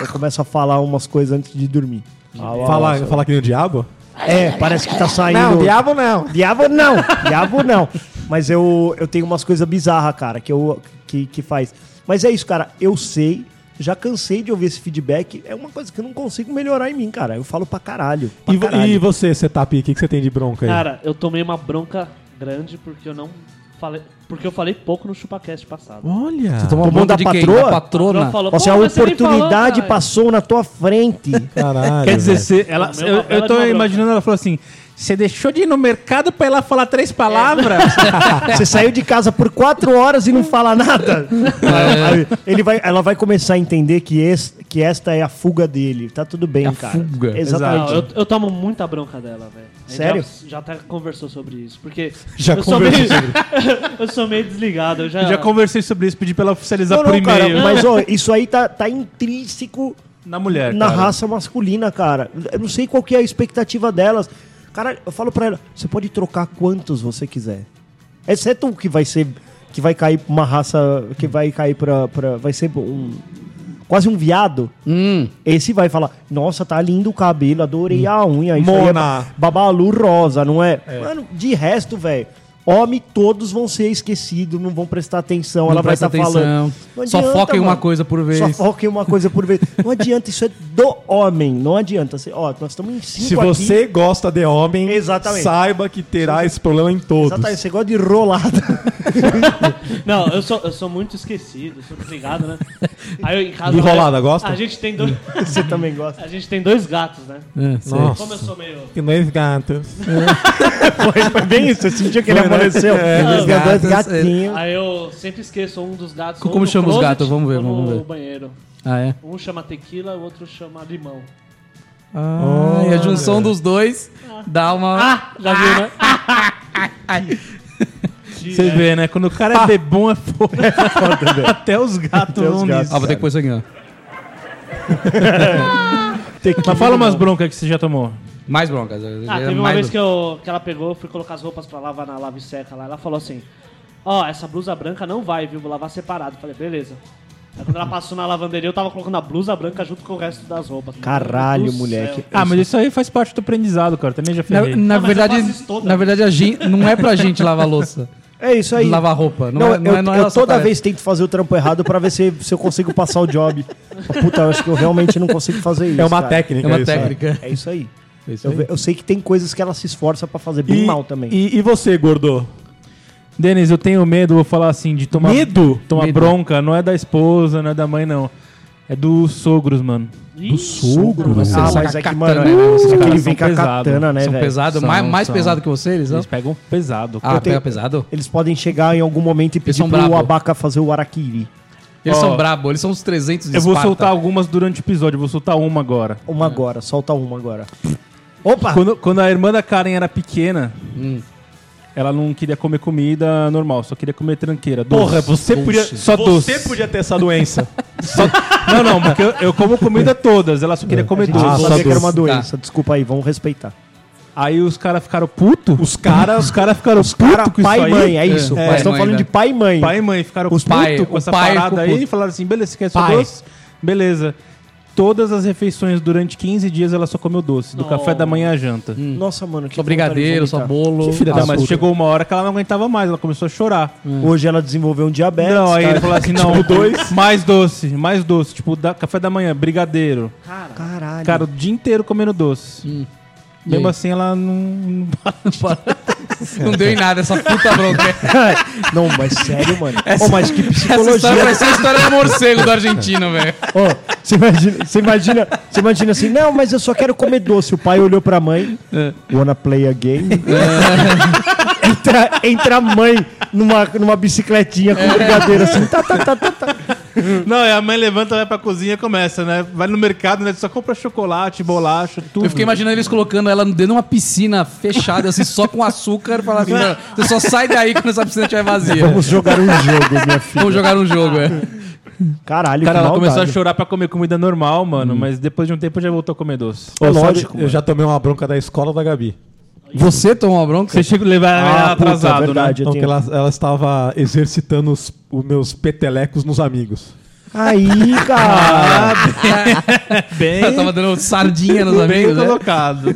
S4: Eu começo a falar umas coisas antes de dormir.
S1: Falar fala que nem o diabo?
S4: É, parece que tá saindo.
S1: Não, diabo não.
S4: Diabo não, diabo não. Mas eu, eu tenho umas coisas bizarras, cara, que, eu, que, que faz. Mas é isso, cara, eu sei, já cansei de ouvir esse feedback. É uma coisa que eu não consigo melhorar em mim, cara. Eu falo pra caralho. Pra
S1: E, vo-
S4: caralho.
S1: e você, Setup, o que, que você tem de bronca aí?
S5: Cara, eu tomei uma bronca grande porque eu não falei. Porque eu falei pouco no ChupaCast passado.
S1: Olha.
S2: Tomou
S4: Tomou
S2: bronca
S4: da
S2: de quem?
S4: patroa?
S2: Da patrona.
S5: Ela falou,
S4: Você, é a
S5: "Pô, mas você nem falou,
S4: oportunidade
S5: cara."
S4: passou na tua frente. *laughs*
S1: Caralho.
S3: Quer dizer,
S1: velho.
S3: cê- ela, é
S5: Comeu uma
S3: eu,
S5: bela
S3: eu tô
S5: de uma
S3: imaginando, ela falou assim: você deixou de ir no mercado pra ir lá falar três palavras? *laughs*
S4: Você saiu de casa por quatro horas e não fala nada.
S2: É.
S4: Aí Ele vai, ela vai começar a entender que, es- que esta é a fuga dele. Tá tudo bem,
S2: É a
S4: cara.
S2: fuga.
S4: Exatamente.
S5: Não, eu, eu tomo muita bronca dela, velho. A gente
S4: Sério?
S5: Já, já até conversou sobre isso. Porque
S1: Já
S5: eu, sou
S1: conversou
S5: meio, *laughs* eu sou meio desligado. Eu já,
S3: Eu já conversei sobre isso, pedi pra ela oficializar
S4: Não,
S3: por
S4: não, cara,
S3: e-mail.
S4: mas ó, isso aí tá, tá intrínseco
S3: Na
S2: É,
S3: mulher.
S4: na
S3: cara.
S4: raça masculina, cara. Eu não sei qual que é a expectativa delas. Cara, eu falo pra ela, você pode trocar quantos você quiser. Exceto o que vai ser. Que vai cair pra uma raça. Que vai cair pra. pra vai ser um. Quase um viado.
S2: Hum.
S4: Esse vai falar, nossa, tá lindo o cabelo, adorei a
S2: Hum.
S4: unha. Isso aí é
S1: Mona.
S4: babalu rosa, não é? Mano, de resto, velho, homem, todos vão ser esquecidos, não vão prestar atenção.
S2: Não
S4: ela vai
S2: presta
S4: estar
S2: atenção.
S4: falando. Não
S2: Só foca em uma coisa por vez.
S4: Só foca em uma coisa por vez. Não adianta, isso é do homem. Não adianta. Assim, Ó, nós estamos em cinco
S1: Se você é gosta de homem,
S4: Exatamente.
S1: saiba que terá esse problema em
S4: aqui.
S1: todos.
S4: Exatamente, você gosta de rolada. *laughs*
S5: Não, eu sou, eu sou muito esquecido, sou desligado, né? Aí eu, em casa.
S1: Enrolada, gosta?
S5: A gente tem dois. *laughs*
S4: você também gosta.
S5: A gente tem dois gatos, né?
S2: É, sei.
S5: Como eu sou meio.
S1: Que dois gatos.
S4: Foi, foi bem isso, você sentiu que ele
S1: Foi, né?
S4: amoleceu.
S1: É,
S4: Os
S2: gatos,
S4: gatinho.
S5: Aí eu sempre esqueço um dos gatos.
S2: Como
S5: ou no
S2: chama os
S5: closet
S2: gatos? Vamos ver,
S5: ou no
S2: vamos ver.
S5: banheiro.
S2: Ah, é?
S5: Um chama tequila, o outro chama limão.
S2: Ah, e a junção dos dois dá uma.
S5: Já viu, né?
S2: né? *laughs*
S3: Você vê, né? Quando o cara é bebum, é foda. Até os gatos
S4: Até os
S3: vão
S4: *laughs* gatos.
S3: nisso.
S2: Ah, vou ter que pôr isso aqui, ó.
S3: Mas fala umas broncas que você já tomou.
S2: Mais broncas. É
S5: Ah,
S4: é
S5: teve uma
S2: mais
S4: um.
S5: vez que, eu, que ela pegou, eu fui colocar as roupas pra lavar na lave seca lá. Ela falou assim: Ó, essa blusa branca não vai, viu? Vou lavar separado. Eu Falei, beleza. Aí quando ela passou na lavanderia, eu tava colocando a blusa branca junto com o resto das roupas.
S4: Caralho,
S5: Meu Deus do
S4: moleque.
S5: céu.
S3: Ah, mas isso aí faz parte do aprendizado, cara. Também já
S2: Na,
S3: ferrei.
S2: na
S5: Ah, mas eu
S2: verdade,
S5: faço isso toda.
S2: na verdade a gente, não é pra gente lavar *laughs* louça,
S4: É isso aí.
S2: lavar roupa. Não,
S4: Não,
S2: é, não
S4: eu,
S2: é, não é
S4: eu
S2: nossa
S4: toda
S2: tarefa.
S4: vez tento fazer o trampo errado pra ver se, se eu consigo passar o job. Puta, eu acho que eu realmente não consigo fazer isso.
S1: É uma
S4: cara.
S1: técnica.
S2: É uma
S1: isso,
S2: técnica.
S4: É isso aí.
S2: É isso
S4: Eu,
S2: aí.
S4: ve- eu sei que tem coisas que ela se esforça pra fazer bem
S1: E,
S4: mal também.
S1: E, e você, gordo?
S3: Denis, eu tenho medo, vou falar assim, de tomar.
S1: Medo?
S3: Tomar
S2: Medo.
S3: bronca, não é da esposa, não é da mãe, não. É dos sogros, mano.
S5: Ih,
S1: Sogro?
S2: Você
S4: ah,
S2: saca
S4: mas é que,
S2: catana,
S4: mano,
S2: né?
S4: é,
S3: Esses
S4: é que
S3: caras
S4: ele
S3: são
S4: vem com a
S3: pesado.
S4: katana, né,
S2: São
S4: velho?
S2: pesados,
S3: São,
S2: mais, mais
S3: são.
S2: pesado que você, eles, não?
S3: Eles pegam pesado.
S2: Ah,
S4: eu tenho-
S2: pega pesado?
S4: Eles podem chegar em algum momento e pedir
S2: são
S4: pro
S2: brabo.
S4: Abaca fazer o Araquiri.
S2: Eles
S3: Ó,
S2: são brabo, eles são os 300 de
S3: Eu vou
S2: Esparta.
S3: soltar algumas durante o episódio, eu vou soltar uma agora.
S4: Uma agora, solta uma agora.
S3: Ah,
S4: Opa!
S3: Quando, quando a irmã da Karen era pequena, ela não queria comer comida normal, só queria comer tranqueira. doce.
S1: Porra, você
S2: Doce.
S1: podia.
S3: Só
S1: você
S3: doce.
S1: podia ter essa doença.
S3: *laughs* Só- Não, não, porque eu, eu como comida todas, ela só Tá. queria comer
S4: Eu não
S3: doce.
S4: sabia que era
S1: doce.
S4: uma doença. Desculpa aí, vamos respeitar.
S3: Aí os caras ficaram puto.
S1: Os caras.
S3: Os caras ficaram puto
S4: Cara,
S3: com isso
S4: pai e
S3: aí.
S4: mãe, é isso.
S2: É,
S4: Nós
S2: pai e
S4: estamos
S2: mãe,
S4: falando
S2: né?
S4: de pai e mãe.
S3: Pai e mãe ficaram
S2: Os
S3: puto
S2: pai-
S3: com
S2: o
S3: essa
S2: pai
S3: parada
S2: ficou
S3: aí
S2: puto.
S3: e falaram assim, beleza, você quer só
S1: Pai.
S3: doce? Beleza. Todas as refeições durante 15 dias ela só comeu doce, do café da manhã à janta.
S4: Nossa, mano, que
S2: Só brigadeiro, só
S4: vontade de vomitar.
S2: bolo. Ah,
S1: Que filha
S3: Não,
S1: da
S3: mas
S1: puta.
S3: chegou uma hora que ela não aguentava mais, ela começou a chorar.
S4: Hoje ela desenvolveu um diabetes.
S3: né? Não, aí
S4: cara.
S3: ele falou assim, não, dois. mais doce, mais doce. Tipo, da- café da manhã, brigadeiro.
S4: Caralho.
S3: Cara, o dia inteiro comendo doce.
S2: E
S3: Mesmo
S2: aí?
S3: assim, ela não...
S2: *laughs* Não deu em nada essa puta bronca.
S4: *laughs* Não, mas sério, mano.
S3: É
S4: Ô, mas que
S2: Essa história vai
S4: psicologia.
S2: ser a história do morcego do argentino, velho.
S4: Ó, Você imagina, você imagina, você imagina assim, não, mas eu só quero comer doce. O pai olhou pra mãe,
S3: É.
S4: wanna play a game? É. entra, entra a mãe numa, numa bicicletinha
S3: É.
S4: com brigadeiro assim, tá, tá, tá, tá, tá.
S3: Não, e a mãe levanta, vai pra cozinha e começa, né? Vai no mercado, né? Só compra chocolate, bolacha, tudo.
S2: Eu fiquei imaginando eles colocando ela dentro de uma piscina fechada, assim, só com açúcar, e falando assim, "Não, você só sai daí quando essa piscina estiver vazia.
S4: Vamos jogar um jogo, minha filha.
S2: Vamos jogar um jogo, é.
S4: Caralho,
S3: Cara,
S4: que
S3: ela
S4: maldade.
S3: começou a chorar pra comer comida normal, mano, mas depois de um tempo já voltou a comer doce.
S4: É
S1: Ô, sabe,
S4: lógico,
S1: eu
S4: mano.
S1: já tomei uma bronca da escola da Gabi.
S2: Você tomou uma bronca?
S3: Você chega a levar ela
S4: Ah, puta,
S3: atrasado,
S4: verdade,
S3: né?
S4: eu
S1: Então, que
S4: tenho-
S1: ela, ela estava exercitando os, os meus petelecos nos amigos.
S4: Aí, cara.
S3: Bem,
S2: Eu tava dando sardinha nos
S3: bem *laughs*
S2: amigos, né?
S3: colocado.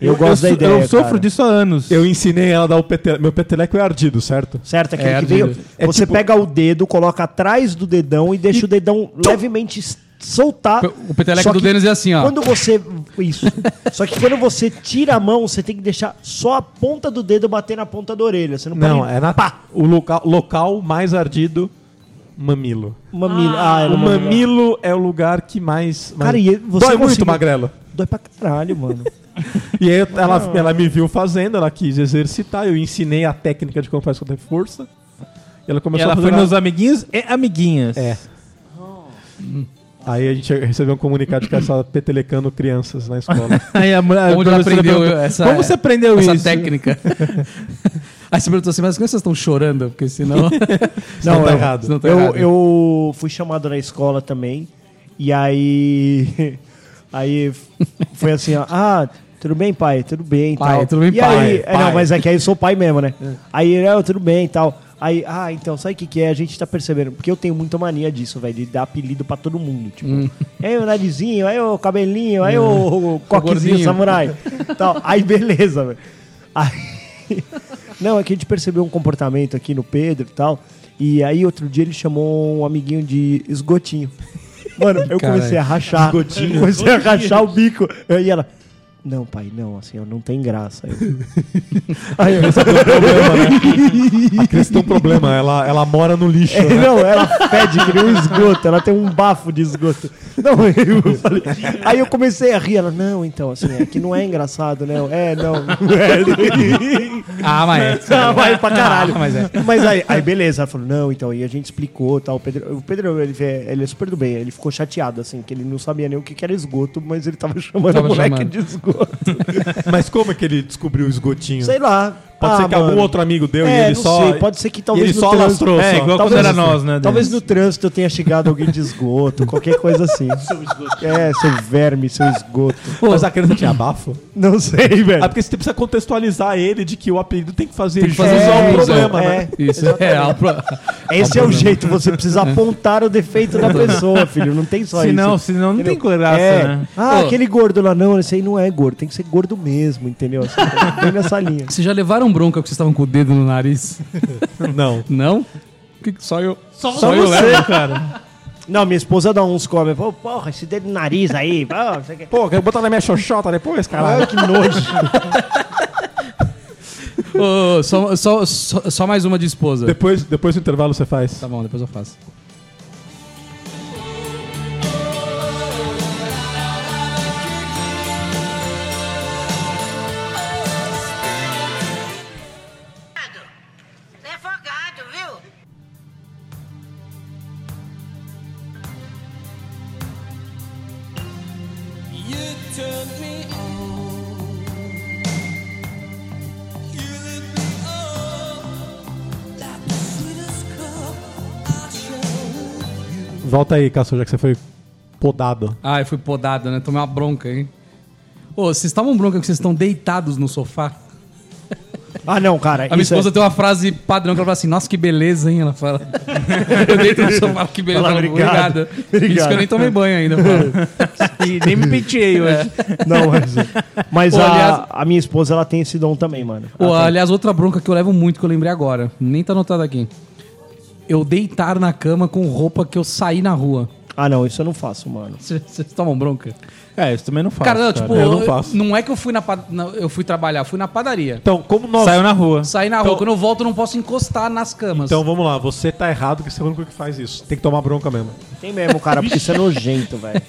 S4: Eu, gosto
S3: eu,
S4: da
S3: so-
S4: ideia.
S3: Eu sofro
S4: cara.
S3: disso há anos.
S1: Eu ensinei ela a dar o peteleco. Meu peteleco é ardido, certo?
S4: Certo, aquele
S2: É,
S4: que veio.
S2: ardido.
S1: É
S4: você
S1: tipo-
S4: pega o dedo, coloca atrás do dedão e deixa o dedão levemente s- soltar.
S2: Pe- o peteleco
S4: Só
S2: do
S4: que
S2: Denis é assim, ó.
S4: Quando você. *laughs* Isso. Só que quando você tira a mão, você tem que deixar só a ponta do dedo bater na ponta da orelha. Você não,
S1: Não,
S4: pode.
S1: é na,
S4: Pá!
S1: o local, local mais ardido, mamilo.
S4: Mamilo. Ah, era
S1: o
S4: mamilo.
S1: mamilo é o lugar que mais...
S4: Cara,
S1: mais...
S4: e você
S1: Dói muito,
S4: conseguiu-
S1: magrelo.
S4: Dói pra caralho, mano.
S1: E aí eu- ela, ela me viu fazendo, ela quis exercitar, eu ensinei a técnica de como faz com força. E ela
S3: E
S1: começou
S3: ela
S1: a
S3: foi
S1: fazer...
S3: nos amiguinhos e amiguinhas.
S1: É. Aí a gente recebeu um comunicado de que ela estava petelecando crianças na
S4: *laughs*
S1: escola.
S3: *laughs* Aí a mulher,
S2: Onde ela
S3: professora
S2: aprendeu
S3: perguntou,
S2: essa-
S4: é
S3: Como você aprendeu
S2: essa
S3: isso?
S2: técnica. *laughs* Aí você perguntou assim, mas as crianças estão chorando, porque senão. *laughs*
S1: Não, tá
S4: eu-
S1: errado.
S2: senão tá
S4: Eu,
S2: errado.
S4: eu fui chamado na escola também. E aí. *laughs* Aí f- foi assim, ó. Ah, tudo bem, pai? Tudo bem. e
S2: Pai,
S4: tal.
S2: tudo bem,
S4: e
S2: pai, É.
S4: Aí, é,
S1: pai.
S4: Não, mas é que aí eu sou pai mesmo, né? Aí, "Ah, tudo bem e tal. Aí, ah, então, sabe o que, que é? A gente tá percebendo. Porque eu tenho muita mania disso, velho, de dar apelido pra todo mundo. Tipo,
S2: Hum.
S4: aí o narizinho, aí o cabelinho, aí o, o coquezinho
S2: gordinho.
S4: samurai. tal. Aí, beleza, velho. Aí. Não, é que a gente percebeu um comportamento aqui no Pedro e tal. E aí outro dia ele chamou um amiguinho de
S2: *laughs*
S4: esgotinho. Mano, eu comecei a rachar. Esgotinho. Comecei a rachar o bico. E ela. Não, pai, não, assim, ó, não tem graça. Eu- Aí eu,
S1: A Cris tem um problema, ela, ela mora no lixo.
S4: É,
S1: né?
S4: *laughs* não, ela fede que nem um esgoto, ela tem um bafo de esgoto. Não, eu falei. Aí eu comecei a rir, ela, não, então, assim, é que não é engraçado, né? Eu, É, não. é."
S2: *laughs* Ah,
S4: *laughs*
S2: mas.
S4: Ah, vai pra caralho.
S2: Ah, mas
S4: mas
S2: é.
S4: aí, aí, beleza, ela falou, não, então, e a gente explicou tal. O Pedro, o Pedro ele, é, ele é super do bem, ele ficou chateado, assim, que ele não sabia nem o que que era esgoto, mas ele tava *laughs* chamando
S2: Tava
S4: o moleque
S2: chamando.
S4: de esgoto.
S1: Mas como é que ele descobriu o esgotinho?
S4: Sei lá.
S1: Pode
S4: Ah,
S1: ser que
S4: mano.
S1: algum outro amigo deu e
S4: É,
S1: ele
S4: não
S1: só.
S4: sei, pode ser que talvez
S1: e ele
S4: no
S1: só
S4: trânsito-
S1: lastrou. assim,
S3: É,
S1: só.
S3: igual quando
S4: Talvez-
S3: era nós, né?
S4: Talvez
S3: Denis?
S4: no trânsito eu tenha chegado alguém de esgoto, qualquer coisa assim.
S5: *laughs* Seu esgoto.
S4: É, seu verme, seu esgoto.
S1: Mas a criança tinha abafo?
S4: Não sei, velho.
S1: Ah, porque você precisa contextualizar ele de que o apelido tem que fazer,
S2: Tem que fazer
S1: jus ao
S2: jus,
S1: problema,
S4: é.
S1: né?
S2: Isso é. a pro-
S4: Esse é o jeito, você precisa apontar o
S1: *laughs*
S4: defeito da pessoa, filho. Não tem só isso.
S3: Senão, senão não tem graça,
S4: É.
S3: né?
S4: Ah,
S2: Pô.
S4: aquele gordo lá, não, esse aí não é gordo, tem que ser gordo mesmo, entendeu? Assim, *laughs* bem nessa linha.
S2: Vocês já levaram bronca porque vocês estavam com o dedo no nariz?
S1: Não.
S2: Não? Que- Só eu.
S5: Só,
S2: Só eu levo.
S3: cara.
S4: Não, minha esposa dá uns come, pô, porra, esse dedo no nariz aí, *laughs* pô, não sei o quê.
S1: Pô, quero botar na minha xoxota depois, caralho.
S4: Ah, que nojo.
S2: Ô, só, só, só, só mais uma de esposa.
S1: Depois, depois do intervalo você faz.
S2: Tá bom, depois eu faço.
S7: Você é folgado, viu?
S1: Volta aí, Cassio, já que você foi podado.
S2: Ah, eu fui podado, né? Tomei uma bronca, hein? Ô, vocês estavam bronca que vocês estão deitados no sofá?
S4: Ah, não, cara.
S2: A minha
S4: isso
S2: esposa
S4: é...
S2: tem uma frase padrão que ela fala assim, nossa, que beleza, hein? Ela fala. *laughs* eu deito no sofá, que beleza.
S4: Fala,
S2: Ela fala,
S4: "Obrigado,
S2: obrigada.
S4: obrigado."
S2: Isso que eu nem tomei banho ainda. eu falo.
S3: E nem me penteei hoje.
S4: *laughs* Não, mas, mas
S2: Pô,
S4: a,
S2: aliás-
S4: a minha esposa, ela tem esse dom também, mano. Ah, Ela
S2: Ô,
S4: tem.
S2: aliás, outra bronca que eu levo muito, que eu lembrei agora. Nem tá anotado aqui. Eu deitar na cama com roupa que eu saí na rua.
S4: Ah, não, isso eu não faço, mano.
S2: Vocês vocês tomam bronca?
S3: É, isso também não faço.
S2: cara, não, tipo,
S1: eu
S2: eu
S1: não
S2: não,
S1: faço.
S2: é que eu fui na pad- na- eu fui trabalhar, eu fui na padaria.
S1: Então, como nós.
S3: Saiu na rua.
S2: Saí na
S4: Então-
S2: rua, quando eu volto eu não posso encostar nas camas.
S1: Então vamos lá, você tá errado que você é o único que faz isso. Tem que tomar bronca mesmo.
S4: Tem mesmo, cara, porque isso é nojento,
S2: *laughs*
S4: velho.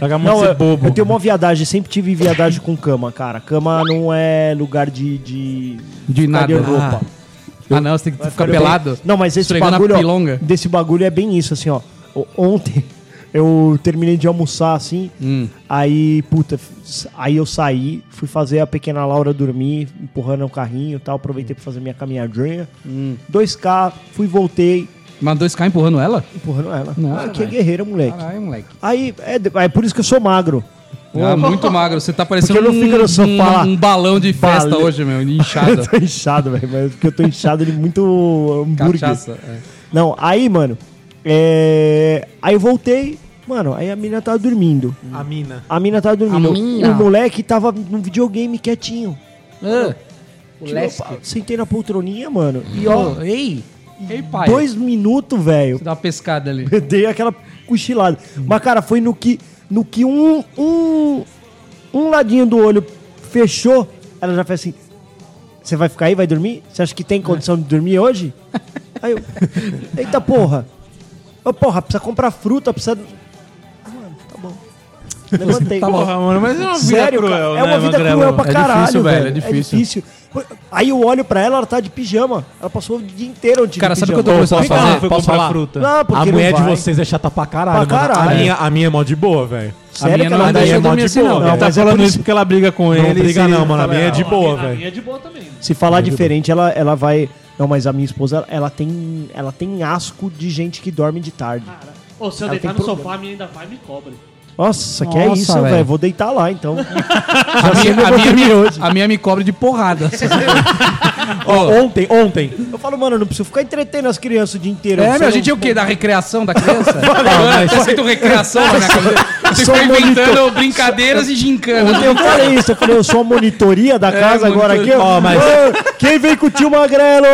S3: Joga muito
S4: Não,
S3: ser
S4: eu,
S3: bobo.
S4: eu tenho uma viadagem, sempre tive viadagem com cama, cara. Cama não é lugar de. de,
S2: De
S4: ficar
S2: nada.
S4: roupa.
S2: Ah, não, você tem que ficar
S4: Eu tenho-
S2: pelado?
S4: Não, mas esse
S2: Esfregando a
S4: bagulho. ó,
S2: pilonga.
S4: desse bagulho é bem isso, assim, ó. O- Ontem *laughs* eu terminei de almoçar, assim.
S2: Hum.
S4: Aí, puta, f- aí eu saí, fui fazer a pequena Laura dormir, empurrando o carrinho e tal. Aproveitei pra fazer minha caminhadinha.
S2: Hum.
S4: 2K, fui, voltei,
S2: Mas 2K empurrando ela?
S4: empurrando ela.
S2: Nossa,
S4: ah, que
S2: velho.
S4: guerreira, moleque.
S2: Caralho, moleque.
S4: Aí, é, de- é por isso que eu sou magro.
S2: Ah, muito magro. Você tá parecendo
S4: Porque eu não fico no sofá.
S2: um balão de festa
S4: Bale-
S2: hoje, meu.
S4: *laughs* Eu
S2: Inchado.
S4: tô inchado, velho, mas é porque eu tô inchado de muito hambúrguer.
S2: Cachaça. é.
S4: Não, aí, mano, é... aí eu voltei, Mano, aí a mina tava dormindo.
S1: A mina.
S4: A mina tava dormindo.
S2: A mina.
S4: O moleque tava num videogame quietinho.
S2: Ah, o
S4: Tirou-
S2: Lesk.
S4: Sentei na poltroninha, mano. E ó,
S2: Ô, ei! Ei, pai!
S4: dois minutos, velho.
S2: Você dá uma pescada ali.
S4: Eu dei aquela cochilada. Mas, cara, foi no que, no que um, um, um ladinho do olho fechou, ela já fez assim: Você vai ficar aí, vai dormir? Você acha que tem condição de dormir hoje? Aí eu: Eita porra! Ô, porra, precisa comprar fruta, precisa. Mano, tá bom. Levantei.
S2: Tá bom.
S3: Porra, mano, mas é uma vida
S4: Sério,
S3: cruel,
S4: cara,
S3: né,
S4: é uma vida
S3: Magrelo?
S4: cruel pra
S3: É
S4: caralho,
S3: difícil,
S4: velho.
S3: É difícil.
S4: difícil. Aí eu olho pra ela, ela tá de pijama. Ela passou o dia inteiro de
S2: Cara, sabe
S4: pijama.
S2: o que eu tô
S1: Posso
S2: pensando
S4: Fica
S1: fazer?
S4: lá.
S3: Foi
S1: Posso
S3: comprar
S1: falar?
S3: fruta.
S4: Não, porque
S1: a
S4: não
S1: mulher de
S4: vai.
S1: vocês é chata pra caralho.
S4: Pra
S1: mano.
S3: Ah,
S4: caralho.
S1: A, minha, a minha é mó de boa, velho.
S4: Sério
S2: minha
S4: que
S2: não
S4: ela
S1: A
S2: deixa
S1: minha é
S2: eu
S1: mó
S2: dormir
S1: de
S2: assim,
S1: boa.
S2: não.
S1: velho.
S3: Ela tá
S4: mas é
S3: falando
S4: por
S3: isso porque ela briga com ele.
S1: Não briga
S3: se-
S1: não, mano. A minha é de
S5: A
S1: boa,
S5: minha- A
S1: velho.
S5: minha é de boa também.
S4: Se falar diferente, ela, ela vai. Não, mas a minha esposa, ela tem, ela tem asco de gente que dorme de tarde.
S5: Cara, ô, se eu
S4: Ela
S5: deitar
S4: tem
S5: no
S4: problema.
S5: sofá, a minha ainda vai e me cobre.
S4: Nossa, que é
S2: Nossa,
S4: isso, velho.
S2: velho.
S4: Vou deitar lá, *laughs* então.
S2: A minha,
S4: sei
S2: a,
S4: meu
S2: minha,
S4: caminho
S2: me-
S4: hoje.
S2: a minha me cobre de porrada. Ô,
S1: Ontem, ontem.
S4: Eu falo, mano, eu não preciso ficar entretendo as crianças o dia inteiro.
S2: é,
S4: Você
S2: meu, a
S4: não-
S2: gente é o quê? Da recreação da criança? Ah, tá escrito recreação na minha cabeça. Você
S4: Só
S2: fica inventando
S4: monitor.
S2: brincadeiras e
S4: Ontem *laughs*
S2: gincanas.
S4: eu falei isso, eu falei, eu sou a monitoria
S2: *laughs*
S4: da casa agora aqui.
S2: É, monitoria.
S4: ó. *laughs*
S1: Ó, mas-
S4: Ô, Quem vem com o tio Magrelo?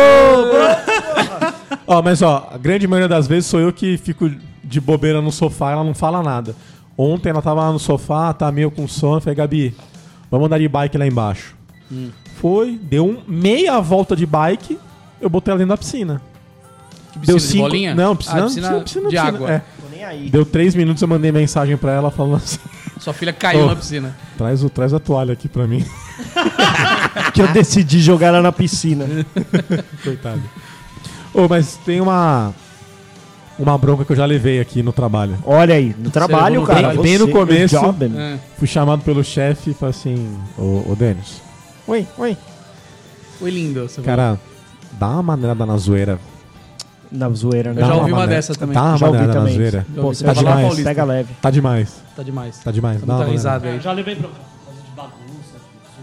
S1: *laughs* Ó, mas ó, a grande maioria das vezes sou eu que fico de bobeira no sofá e ela não fala nada. Ontem ela tava lá no sofá, tá meio com sono. Falei, Gabi, vamos andar de bike lá embaixo.
S2: Hum.
S1: Foi, deu um- meia volta de bike, eu botei ela dentro da piscina.
S2: Que
S1: Deu
S2: piscina de
S1: cinco...
S2: bolinha?
S1: Não,
S2: Ah,
S1: piscina,
S2: piscina,
S1: piscina, piscina,
S2: de
S1: piscina,
S2: água.
S1: é.
S4: Tô nem aí.
S1: Deu três minutos, eu mandei mensagem pra ela falando assim, *laughs*
S2: Sua filha caiu
S1: Ô.
S2: na piscina.
S1: traz, o, traz a toalha aqui pra mim.
S4: Ah, Que eu decidi jogar ela na piscina.
S1: Coitado. Ô, mas tem uma. Uma bronca que eu já levei aqui no trabalho.
S4: Olha aí, no trabalho,
S2: bem-
S4: cara.
S1: bem no
S4: você,
S1: começo.
S4: good job, man.
S2: É.
S1: Fui chamado pelo chefe e falei assim: Ô, ô Denis,
S4: Oi, oi.
S2: Foi lindo. Você falou.
S1: cara, dá uma maneirada na zoeira.
S4: Na zoeira, né?
S1: Dá
S2: já ouvi uma
S1: maneira-
S2: dessa também.
S1: Dá uma
S4: Já ouvi
S1: maneirada na
S4: também.
S1: zoeira.
S2: Já
S4: Pô,
S2: ouvi
S4: você
S1: também.
S4: vai
S1: Tá
S4: falar
S1: demais.
S4: Pega leve.
S1: Tá demais.
S2: Tá demais.
S1: Tá demais.
S2: Tá
S1: dá uma maneirada.
S2: muita risada aí.
S5: Eu já levei pra causa de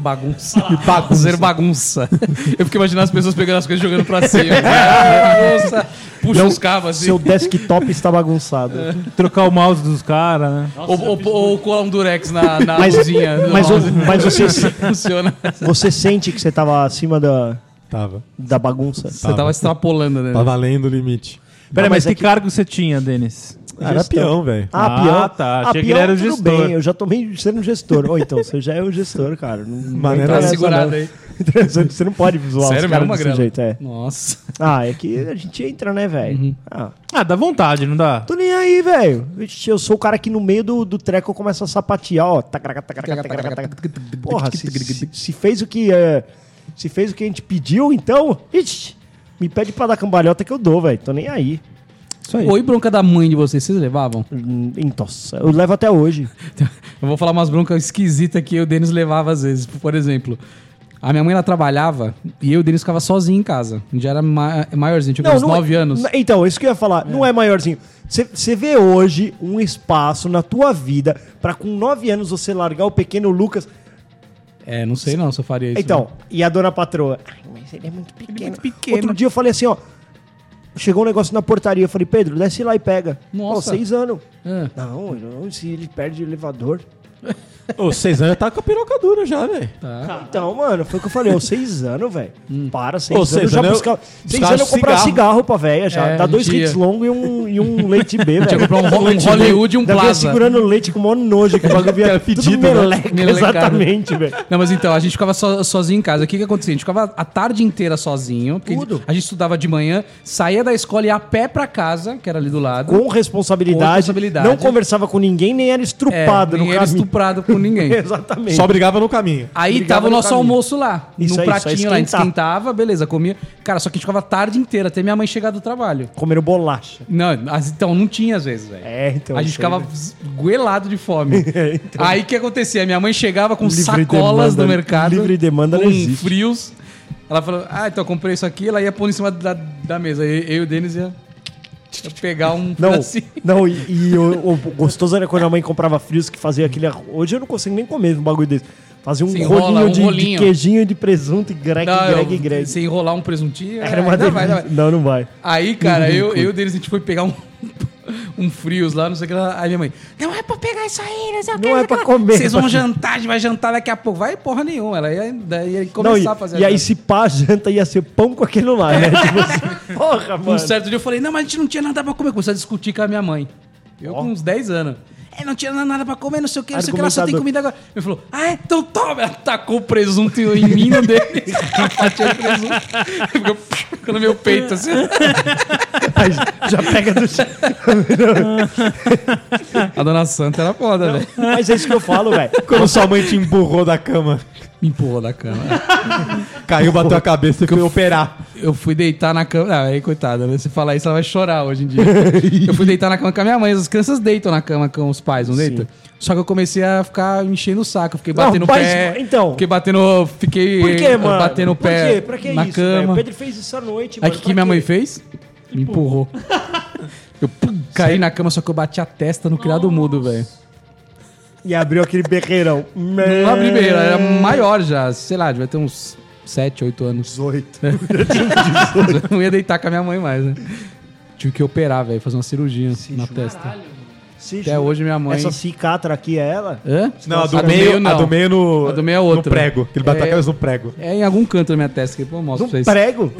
S5: bagunça.
S4: *laughs*
S2: Bagunça. Fazer bagunça. Eu fico imaginando as pessoas pegando as coisas e jogando
S4: *laughs*
S2: pra cima. bagunça. Puxa os cabos assim.
S4: Seu desktop está
S2: *laughs*
S4: bagunçado.
S3: Trocar o mouse dos caras, né?
S5: Nossa,
S2: Ou, ou, ou colar um durex na, na
S4: Mas-
S2: luzinha. do
S4: mas o-
S2: mouse.
S4: mas você-
S2: Funciona.
S4: Você sente que você tava acima da,
S1: Tava.
S4: da bagunça?
S2: Você tava extrapolando, né?
S1: Tá valendo o limite.
S3: Peraí, mas,
S4: mas é
S3: que
S4: que-
S3: cargo você tinha, Denis?
S4: Era
S1: Gestião, velho.
S4: Ah,
S3: Ah,
S4: peão.
S3: tá.
S4: ah,
S3: Achei que
S4: peão,
S3: ele era o
S4: tudo
S3: gestor.
S4: bem, eu já tomei sendo gestor. Ou então, você já é o gestor, cara. Não- Não,
S1: Maneira
S4: entra
S2: Tá
S4: nessa,
S2: segurado
S4: não.
S2: aí.
S4: Você não pode visualizar
S2: Sério
S4: os caras
S2: mesmo,
S4: desse
S2: Magrelo?
S4: jeito, é.
S2: Nossa.
S4: Ah, é que a gente entra, né, velho? Ah,
S3: Ah, dá vontade, não dá?
S4: tô nem aí, velho. Vixe, Eu sou o cara que no meio do, do treco eu começo a sapatear, ó. Tacaraca, tacaraca, tacaraca, tacaraca. Porra, se, se- se fez o que... é, se fez o que a gente pediu, então... Ixi, me pede pra dar cambalhota que eu dou, velho. Tô nem aí.
S3: Isso aí.
S2: Oi, bronca da mãe de vocês, vocês levavam?
S4: Hum, Então, eu levo até hoje.
S2: Eu vou falar umas broncas esquisitas que eu e o Denis levava às vezes. Por exemplo, a minha mãe ela trabalhava e eu e o Denis ficava sozinho em casa. A gente já era ma maiorzinho, tinha uns 9
S4: é-
S2: anos.
S4: n- Então, isso que eu ia falar, não é maiorzinho. Você vê hoje um espaço na tua vida pra com 9 anos você largar o pequeno Lucas.
S2: É, não sei não se eu faria isso. né?
S4: então, e a dona patroa? Ai, mas ele é muito pequeno. Outro dia eu falei assim, ó. Chegou um negócio na portaria, eu falei, Pedro, desce lá e pega.
S2: Nossa.
S4: 6 anos.
S2: né? É,
S4: Não, não, se ele perde o elevador.
S1: Ô, seis anos já tá com a piroca dura já, velho.
S2: tá. Hum.
S4: Então, mano, foi o que eu falei, ô, seis anos, velho. Para, seis
S1: Ô,
S4: anos.
S1: seis
S4: eu já
S1: anos eu-
S4: buscava. Seis
S1: buscava
S4: anos eu comprava
S1: cigarro.
S4: cigarro, pra velha já.
S2: É,
S4: Dá dois
S2: tinha.
S4: hits longos e um, e um leite
S2: *laughs*
S4: B, velho.
S2: Tinha que comprar um, Ho- um Hollywood e um
S4: Ainda vinha
S2: Plaza. É
S4: segurando o leite com o maior nojo, que o bagulho
S2: *laughs*
S4: vinha
S1: Era
S4: tudo
S1: fedido, né?
S4: meleca.
S2: Melecado.
S4: Exatamente, velho.
S2: Não, mas então, a gente ficava so- sozinho em casa. O que que acontecia? A gente ficava a tarde inteira sozinho. porque
S4: Tudo.
S2: A gente estudava de manhã, saía da escola e ia a pé pra casa, que era ali do lado.
S4: Com responsabilidade,
S2: Com responsabilidade.
S4: Não conversava com ninguém, nem era
S2: É,
S4: estrupado no
S2: ninguém era
S4: caso.
S2: estuprado por ninguém.
S4: *laughs* Exatamente.
S1: Só brigava no caminho.
S2: Aí
S4: Brigava
S2: tava o
S4: no
S2: nosso
S4: caminho.
S2: almoço lá.
S4: Isso
S2: no
S4: aí, só
S2: pratinho, lá, a gente
S4: esquentar.
S2: esquentava, beleza, comia. Cara, só que a gente ficava a tarde inteira, até minha mãe chegar do trabalho.
S4: Comeram bolacha.
S2: Não, as- então não tinha às vezes, velho.
S4: É, então.
S2: a gente
S4: isso
S2: ficava
S4: aí, né? É, então.
S2: goelado de fome.
S4: *laughs*
S2: Aí o que acontecia? Minha mãe chegava com
S4: Livre
S2: sacolas
S4: demanda,
S2: do mercado.
S4: livre demanda não
S2: com
S4: existe.
S2: frios. Ela falou, ah, então eu comprei isso aqui. Ela ia pôr em cima da, da mesa. Eu, eu e o Denis ia ia pegar um
S4: Não,
S2: pedacinho.
S4: não, e, e o, o gostoso era quando a mãe comprava frios que fazia aquele. arro- Hoje eu não consigo nem comer um bagulho desse. Fazia um
S2: Se enrola,
S4: rolinho,
S2: um
S4: de,
S2: rolinho.
S4: de queijinho de presunto e greg,
S2: Não, eu-
S4: greg, greg.
S2: Se enrolar um presuntinho.
S4: Era uma
S2: não, vai,
S4: delícia.
S2: não vai.
S4: Não, não vai.
S2: Aí, cara, eu, eu e o Denis, a gente foi pegar um, *laughs* um frios lá, não sei o que lá. Aí minha mãe, não é pra pegar isso aí, não sei o que.
S4: Não é
S2: sei o que
S4: pra
S2: lá.
S4: comer,
S2: Vocês vão
S4: Paquito."
S2: jantar, a gente vai jantar daqui a pouco. Vai porra nenhuma. Ela ia, daí ia começar
S4: Não, e,
S2: a fazer a
S4: e aí
S2: janta.
S4: se pá, janta ia ser pão com aquilo lá,
S2: *laughs*
S4: né? Tipo assim, porra,
S2: Um
S4: mano.
S2: certo dia eu falei, não, mas a gente não tinha nada pra comer. Comecei a discutir com a minha mãe. Eu com uns 10 anos. É, não tinha nada pra comer, não sei o que, não sei o que, ela só tem
S4: Argumentador.
S2: comida agora. Ele falou, ah, é, então toma. Ela tacou o presunto em mim, no dele. *laughs* Uma fatia de presunto. Ficou, ficou *laughs* no meu peito, assim.
S4: Aí já pega do chão.
S2: A dona Santa era foda, né? velho.
S4: Mas é isso que eu falo,
S2: *laughs*
S4: velho.
S1: Quando sua mãe te emburrou da cama,
S2: Me empurrou da cama.
S1: caiu, bateu a cabeça e foi operar.
S2: Eu fui deitar na cama. Ah, aí, coitada, né? Você falar isso, ela vai chorar hoje em
S4: *laughs*
S2: dia. eu fui deitar na cama com a minha mãe. As crianças deitam na cama com os pais, não deitam? Só que eu comecei a ficar enchendo o saco. Fiquei
S4: Não,
S2: batendo o
S4: mas,
S2: pé.
S4: então-
S2: Fiquei batendo. Fiquei eh,
S4: Por que, mano?
S2: batendo o
S4: Por
S2: pé
S4: quê? Pra que
S2: na
S4: isso, velho?
S2: cama.
S4: O Pedro fez isso à noite,
S2: Aí
S4: mano.
S2: o que,
S4: Pra
S2: que minha mãe
S4: quê? Tipo,
S2: fez?
S4: *laughs*
S2: Me empurrou. eu pum, caí na cama, só que eu bati a testa no criado mudo, velho.
S4: E abriu aquele berreirão.
S2: Não abri bem, ela era maior já. Sei lá, devia ter uns 7, 8 anos.
S4: 18.
S2: Eu *laughs* não ia deitar com a minha mãe mais, né? Tive que operar, velho, fazer uma cirurgia na testa.
S4: Se
S2: Até
S4: jura.
S2: hoje minha mãe.
S4: Essa cicatra aqui é ela?
S2: Hã?
S1: Não, a do,
S2: A do
S1: meio,
S2: meio não.
S1: A do meio no,
S2: A do meio é
S1: no
S2: outra.
S1: prego. Ele bateu
S2: É-
S1: a cabeça no prego.
S2: É em algum canto da minha testa que eu mostro
S4: Num
S2: pra vocês.
S4: prego?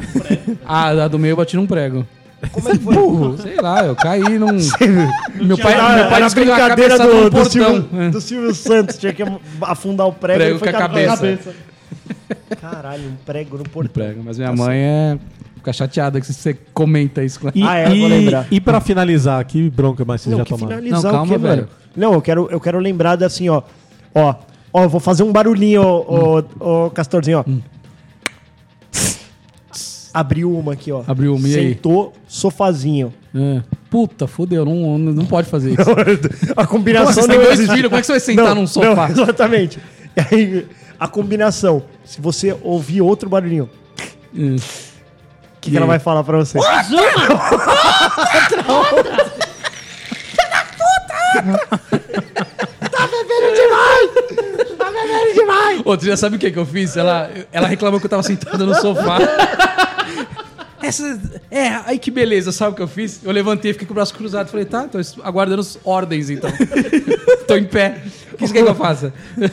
S2: Ah, a do meio eu bati num prego. Como é que foi? Burro, sei lá, eu
S4: *laughs*
S2: caí num. meu pai,
S4: Era-
S2: meu pai
S4: era a
S2: disse que eu dei uma
S4: brincadeira
S2: cabeçada
S4: do,
S2: num
S4: do,
S2: portão.
S4: Silvio, do Silvio Santos. Tinha que afundar o É. prego,
S2: Prego
S4: ele foi
S2: com a
S4: com
S2: cabeça.
S4: Caralho, um prego no
S2: Um
S4: portão.
S2: prego, mas minha mãe é. Fica chateada que você comenta isso com ela.
S1: E,
S4: Ah, é, eu vou lembrar.
S1: e pra finalizar aqui, bronca, mas vocês
S4: Não,
S1: já
S4: que
S1: tomaram.
S4: finalizar
S2: Não,
S4: o
S2: calma,
S4: quê,
S2: velho.
S4: velho? Não, eu quero, eu quero lembrar de assim, ó. Ó, ó, eu vou fazer um barulhinho, ô, ô, ô, Castorzinho, ó. Abriu uma aqui, ó.
S2: Abriu uma, e aí?
S4: Sentou, sofazinho.
S2: É. Puta, fodeu, não, não pode fazer
S4: *laughs*
S2: isso.
S4: A combinação
S2: Pô, você tem
S4: não
S2: dois
S4: existe.
S2: filhos, como é que você vai sentar num
S4: *laughs*
S2: sofá?
S4: exatamente. E aí, a combinação. Se você ouvir outro barulhinho,
S2: Hum.
S4: o que, que ela vai falar pra você?
S2: Ô, tu já sabe o que, que eu fiz? Ela, ela reclamou que eu tava sentada no sofá. *laughs* Essa, é, aí que beleza, sabe o que eu fiz? Eu levantei, fiquei com o braço cruzado, falei, tá, tô aguardando as ordens *laughs* então. tô em pé. O que você quer que eu faça? *laughs*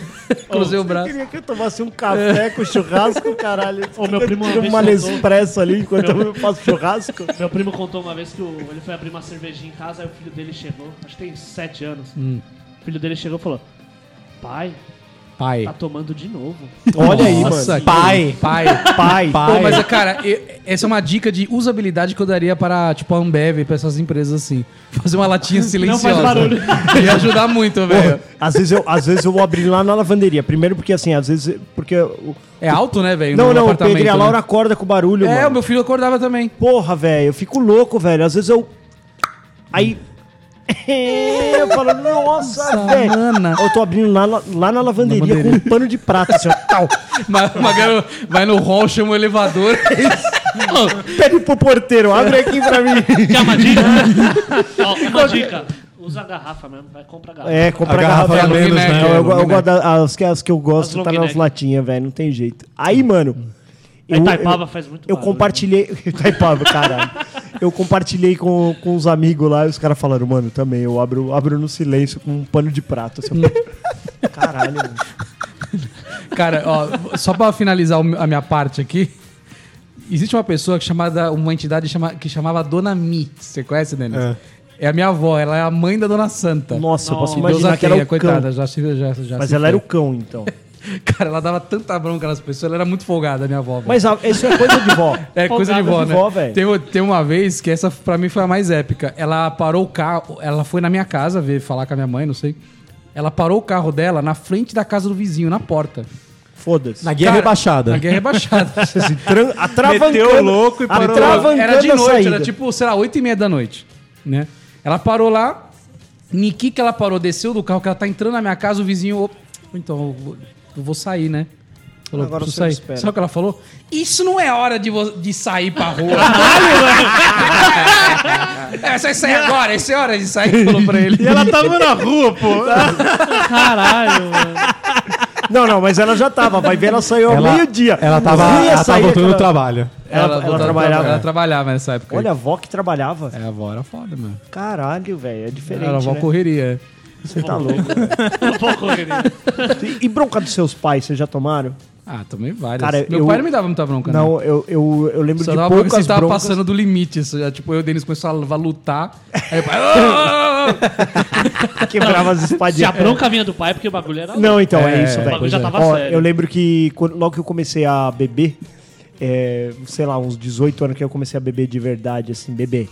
S2: Cruzei o
S4: Eu
S2: braço.
S4: queria que eu tomasse um café com churrasco, caralho.
S5: Ô, meu primo uma
S4: Tira
S5: vez
S4: uma
S5: soltou-
S4: expresso ali enquanto eu faço churrasco.
S5: Meu primo contou uma vez que o- ele foi abrir uma cervejinha em casa, aí o filho dele chegou, acho que tem sete anos.
S4: Hum.
S5: O filho dele chegou e falou: Pai,
S2: Pai.
S5: tá tomando de novo.
S4: Olha aí, mano.
S2: Nossa, que-
S1: Pai.
S2: Pai.
S4: Pai.
S2: Pô, mas, cara, e- essa é uma dica de usabilidade que eu daria para, tipo, a Ambev, para essas empresas assim. Fazer uma latinha silenciosa.
S5: barulho.
S2: *laughs* Ia ajudar muito, velho.
S4: Às vezes, eu, às vezes eu vou abrir lá na lavanderia. Primeiro porque assim, às vezes. Porque. o-
S2: É alto, né, velho?
S4: Não,
S2: no
S4: não, o
S2: apartamento,
S4: Pedro e a
S2: né?
S4: Laura acorda com o barulho,
S2: É,
S4: mano.
S2: o meu filho acordava também.
S4: Porra, velho, eu fico louco, velho. Às vezes eu. Aí. *laughs* eu falo, nossa, velho.
S2: Ana.
S4: Eu tô abrindo lá, lá na lavanderia com um pano de prata, *laughs* assim, ó. Tal.
S2: Ma- Magaro vai no hall, chama o elevador.
S4: Pede pro porteiro, abre aqui pra mim.
S5: Quer uma dica? Ó, uma dica. Usa a garrafa mesmo, vai comprar a garrafa.
S4: É, comprar
S1: A garrafa
S4: garrafa
S1: é menos,
S2: né?
S4: Não, eu, eu
S2: long
S4: gosto da- as, que, as que eu
S5: As
S4: gosto
S5: long
S4: tá nas
S5: neck.
S4: latinhas, velho. Não tem jeito. Aí, mano.
S5: Aí É Taipava faz muito
S4: Eu
S2: né?
S5: barulho,
S4: compartilhei. *laughs* Taipava, caralho. Eu compartilhei com, com os amigos lá e os caras falaram, mano, também. Eu abro, abro no silêncio com um pano de prato. assim,
S2: Hum.
S4: ó. caralho, mano.
S2: Cara, ó, só pra finalizar o meu- a minha parte aqui. Existe uma pessoa que chamada, uma entidade chama- que chamava Dona Mi. Você conhece, Denis? É. a minha avó, ela é a mãe da Dona Santa.
S4: Nossa, eu posso
S2: Que Deus
S4: imaginar
S2: a
S4: que era
S2: tenha,
S4: o
S2: coitada.
S4: cão.
S2: Já, se- já, já
S4: Mas
S2: se
S4: ela era o
S2: foi.
S4: cão, então.
S2: *laughs* Cara, ela dava tanta bronca nas pessoas, ela era muito folgada, a minha avó. velho.
S4: Mas a- isso é coisa de vó.
S2: É coisa de vó,
S4: de
S2: né?
S4: vó, velho.
S2: tem, tem uma vez que essa pra mim foi a mais épica. Ela parou o carro, ela foi na minha casa ver falar com a minha mãe, não sei. Ela parou o carro dela na frente da casa do vizinho, na porta.
S4: Foda-se.
S1: Na guia
S2: Cara,
S1: rebaixada.
S2: Na guerra é rebaixada. *laughs*
S4: Assim, tran- atravancando.
S3: Meteu o louco e parou.
S4: Atravancando
S2: era de
S4: a
S2: noite,
S4: saída.
S2: era tipo, sei lá, 8 e meia da noite, né? Ela parou lá, Niki que ela parou, desceu do carro, que ela tá entrando na minha casa, o vizinho, "Ô, então, eu vou, eu vou sair, né? Falou,
S4: Agora
S2: "Preciso
S4: você me
S2: sair.
S4: espera.
S2: Sabe o que ela falou? Isso não é hora de, vo- de sair pra
S4: *laughs*
S2: rua. é, você sai agora, essa é hora de sair, falou pra ele.
S3: Ela tava na rua, pô.
S5: Caralho, mano.
S4: Não, não, mas ela já tava. Vai ver, ela saiu ao
S1: Ela-
S4: meio-dia.
S1: Ela tava,
S4: Vinha,
S1: ela tava
S4: saía,
S1: voltando do
S4: aquela-
S1: trabalho.
S4: Ela, ela
S2: voltava-
S4: trabalhava.
S2: Ela trabalhava nessa época. aí.
S4: Olha, a avó que trabalhava.
S2: É, a avó era foda, mano.
S4: Caralho, velho. É diferente.
S2: Era a avó
S4: né?
S2: correria.
S4: Você tá louco.
S5: *laughs* Um pouco, querido.
S4: E, e bronca dos seus pais, vocês já tomaram?
S2: Ah, também várias.
S4: Cara,
S2: Meu
S4: eu-
S2: pai não me dava muita bronca, né?
S4: Não, eu, eu, eu lembro
S2: Só
S4: de
S2: dava bronca
S4: poucas
S2: se tava
S4: broncas.
S2: passando do limite. Isso, já, tipo, eu e o Denis começamos
S4: *laughs*
S2: a lutar. Aí o pai. "Ah!"
S4: Quebrava as
S5: Se a
S4: espadinhas.
S5: bronca vinha do pai, porque o bagulho era.
S4: Não, então, é, isso,
S5: o
S4: velho.
S5: bagulho já tava
S4: Ó,
S5: sério.
S4: Eu lembro que quando- logo que eu comecei a beber, é, sei lá, uns 18 anos que eu comecei a beber de verdade, assim, beber.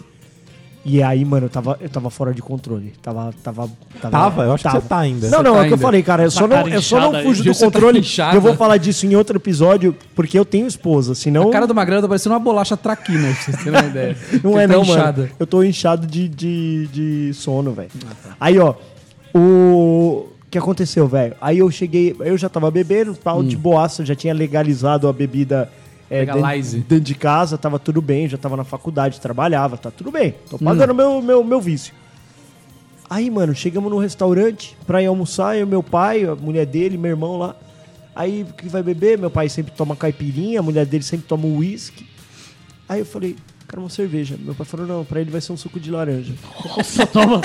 S4: E aí, mano, eu tava, eu tava fora de controle. Tava, tava, tava.
S1: Tava? Eu acho que você tá ainda.
S4: Não,
S2: Você
S4: não, é
S2: tá
S4: o que eu
S2: ainda.
S4: falei, cara. Eu só
S5: tá
S4: não, eu só
S5: inchada
S4: não
S5: aí.
S4: fujo do
S2: Você tá
S4: controle.
S2: inchada.
S4: eu vou falar disso em outro episódio, porque eu tenho esposa, senão.
S2: A cara do Magrão tá parecendo uma bolacha traquina, pra vocês
S4: *laughs*
S2: terem uma ideia.
S4: Não
S2: Ele
S4: é
S2: tá
S4: não,
S2: inchado.
S4: mano. Eu tô inchado de, de, de sono, velho. Aí, ó, o que aconteceu, velho? Aí eu cheguei, eu já tava bebendo, pau de boaça, já tinha legalizado a bebida é, dentro,
S2: Legalize.
S4: dentro de casa, tava tudo bem, já tava na faculdade, trabalhava, tá tudo bem. Tô pagando meu, meu, meu vício. Aí, mano, chegamos num restaurante pra ir almoçar, eu, meu pai, a mulher dele, meu irmão lá. Aí, o que vai beber? Meu pai sempre toma caipirinha, a mulher dele sempre toma um uísque. Aí eu falei, quero uma cerveja. Meu pai falou, não, pra ele vai ser um suco de laranja.
S5: Nossa, toma.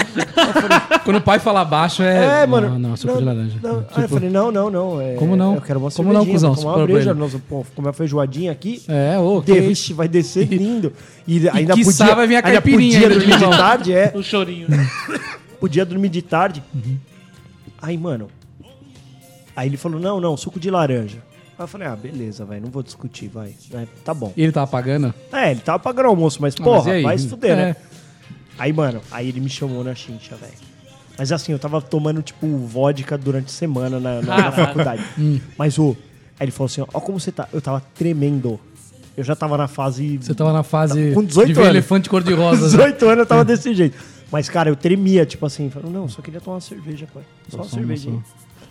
S2: Quando o pai fala baixo, é. Não, não, suco de laranja.
S4: não.
S2: Tipo,
S4: Aí eu falei, não, não, não. é-
S2: Como não?
S4: Eu quero uma
S2: Como
S4: cervejinha,
S2: não, cuzão?
S4: vou tomar
S2: Você
S4: uma
S2: falou pra
S4: breja,
S2: ele.
S4: nós vamos comer uma feijoadinha aqui.
S2: É, ô, que isso.
S4: Deixa, vai
S2: *laughs*
S4: descer lindo. E ainda
S2: quiçá
S4: podia,
S2: vai vir a
S4: ainda
S2: caipirinha
S4: podia
S2: ainda de
S4: dormir de
S2: limão.
S4: tarde, é.
S5: Um chorinho.
S4: Podia dormir de tarde.
S2: Uhum.
S4: Aí, mano. Aí ele falou, não, não, suco de laranja. Aí eu falei, ah, beleza, vai, não vou discutir, vai. né, Tá bom.
S2: E ele tava pagando?
S4: É, ele tava pagando o almoço, mas
S2: Ah, mas
S4: porra,
S2: e aí?
S4: vai se fuder,
S2: É.
S4: né? Aí, mano, aí ele me chamou na chincha, velho. Mas assim, eu tava tomando, tipo, vodka durante a semana na, na- na
S5: Caralho.
S4: faculdade.
S2: Hum.
S4: Mas o. Aí ele falou assim: ó, ó, como você tá. Eu tava tremendo. Eu já tava na fase.
S2: Você tava na fase
S4: Tá Com 18
S2: de ver
S4: anos.
S2: elefante
S4: *laughs*
S2: cor-de-rosa. né?
S4: 18 anos eu tava desse jeito. Mas, cara, eu tremia, tipo assim, falando, não, só queria tomar uma cerveja, pai. Só uma cervejinha.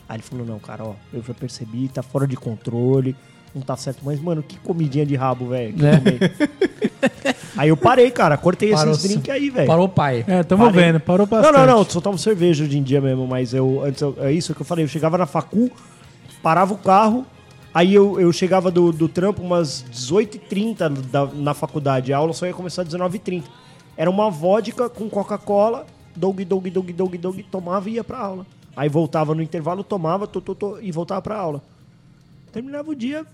S4: Aí ele falou, não, cara, ó, eu já percebi, tá fora de controle, não tá certo. Mas, mano, que comidinha de rabo, velho. que
S2: Né? *laughs*
S4: comer. aí eu parei, cara, cortei
S2: Parou
S4: esses drinks aí, velho.
S2: Parou o pai.
S3: É, tamo
S4: Parei.
S3: vendo, parou
S4: Não,
S3: bastante.
S4: não, não, só tomo cerveja hoje em dia mesmo, mas eu, antes, eu- é isso que eu falei, eu chegava na facu, parava o carro, aí eu, eu chegava do, do trampo umas 18h30 da- na faculdade, a aula só ia começar às 19h30. Era uma vodka com Coca-Cola, dog, dog, dog, dog, dog, tomava e ia pra aula. Aí voltava no intervalo, tomava tô, tô, tô, e voltava pra aula. Terminava o dia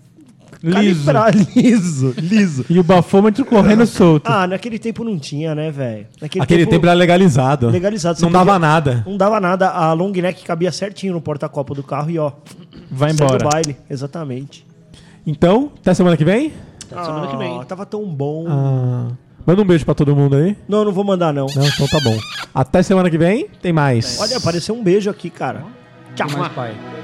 S3: Liso.
S4: calibrado, liso, liso.
S3: E o bafômetro correndo solto.
S4: Ah, naquele tempo não tinha, né, velho? Naquele
S1: Aquele tempo era legalizado.
S4: Legalizado, você
S1: Não dava
S4: podia-
S1: nada.
S4: Não dava nada, a long neck cabia certinho no porta-copo do carro e ó,
S3: Vai
S4: segue
S3: embora.
S4: o baile, exatamente.
S1: Então, até semana que vem.
S5: Tá,
S4: Ah, semana que vem. Tava tão bom.
S1: Ah, manda um beijo pra todo mundo aí.
S4: Não, não vou mandar não.
S1: Não, então tá bom. Até semana que vem, tem mais.
S4: Olha, apareceu um beijo aqui, cara. Tchau.
S2: Mais pai.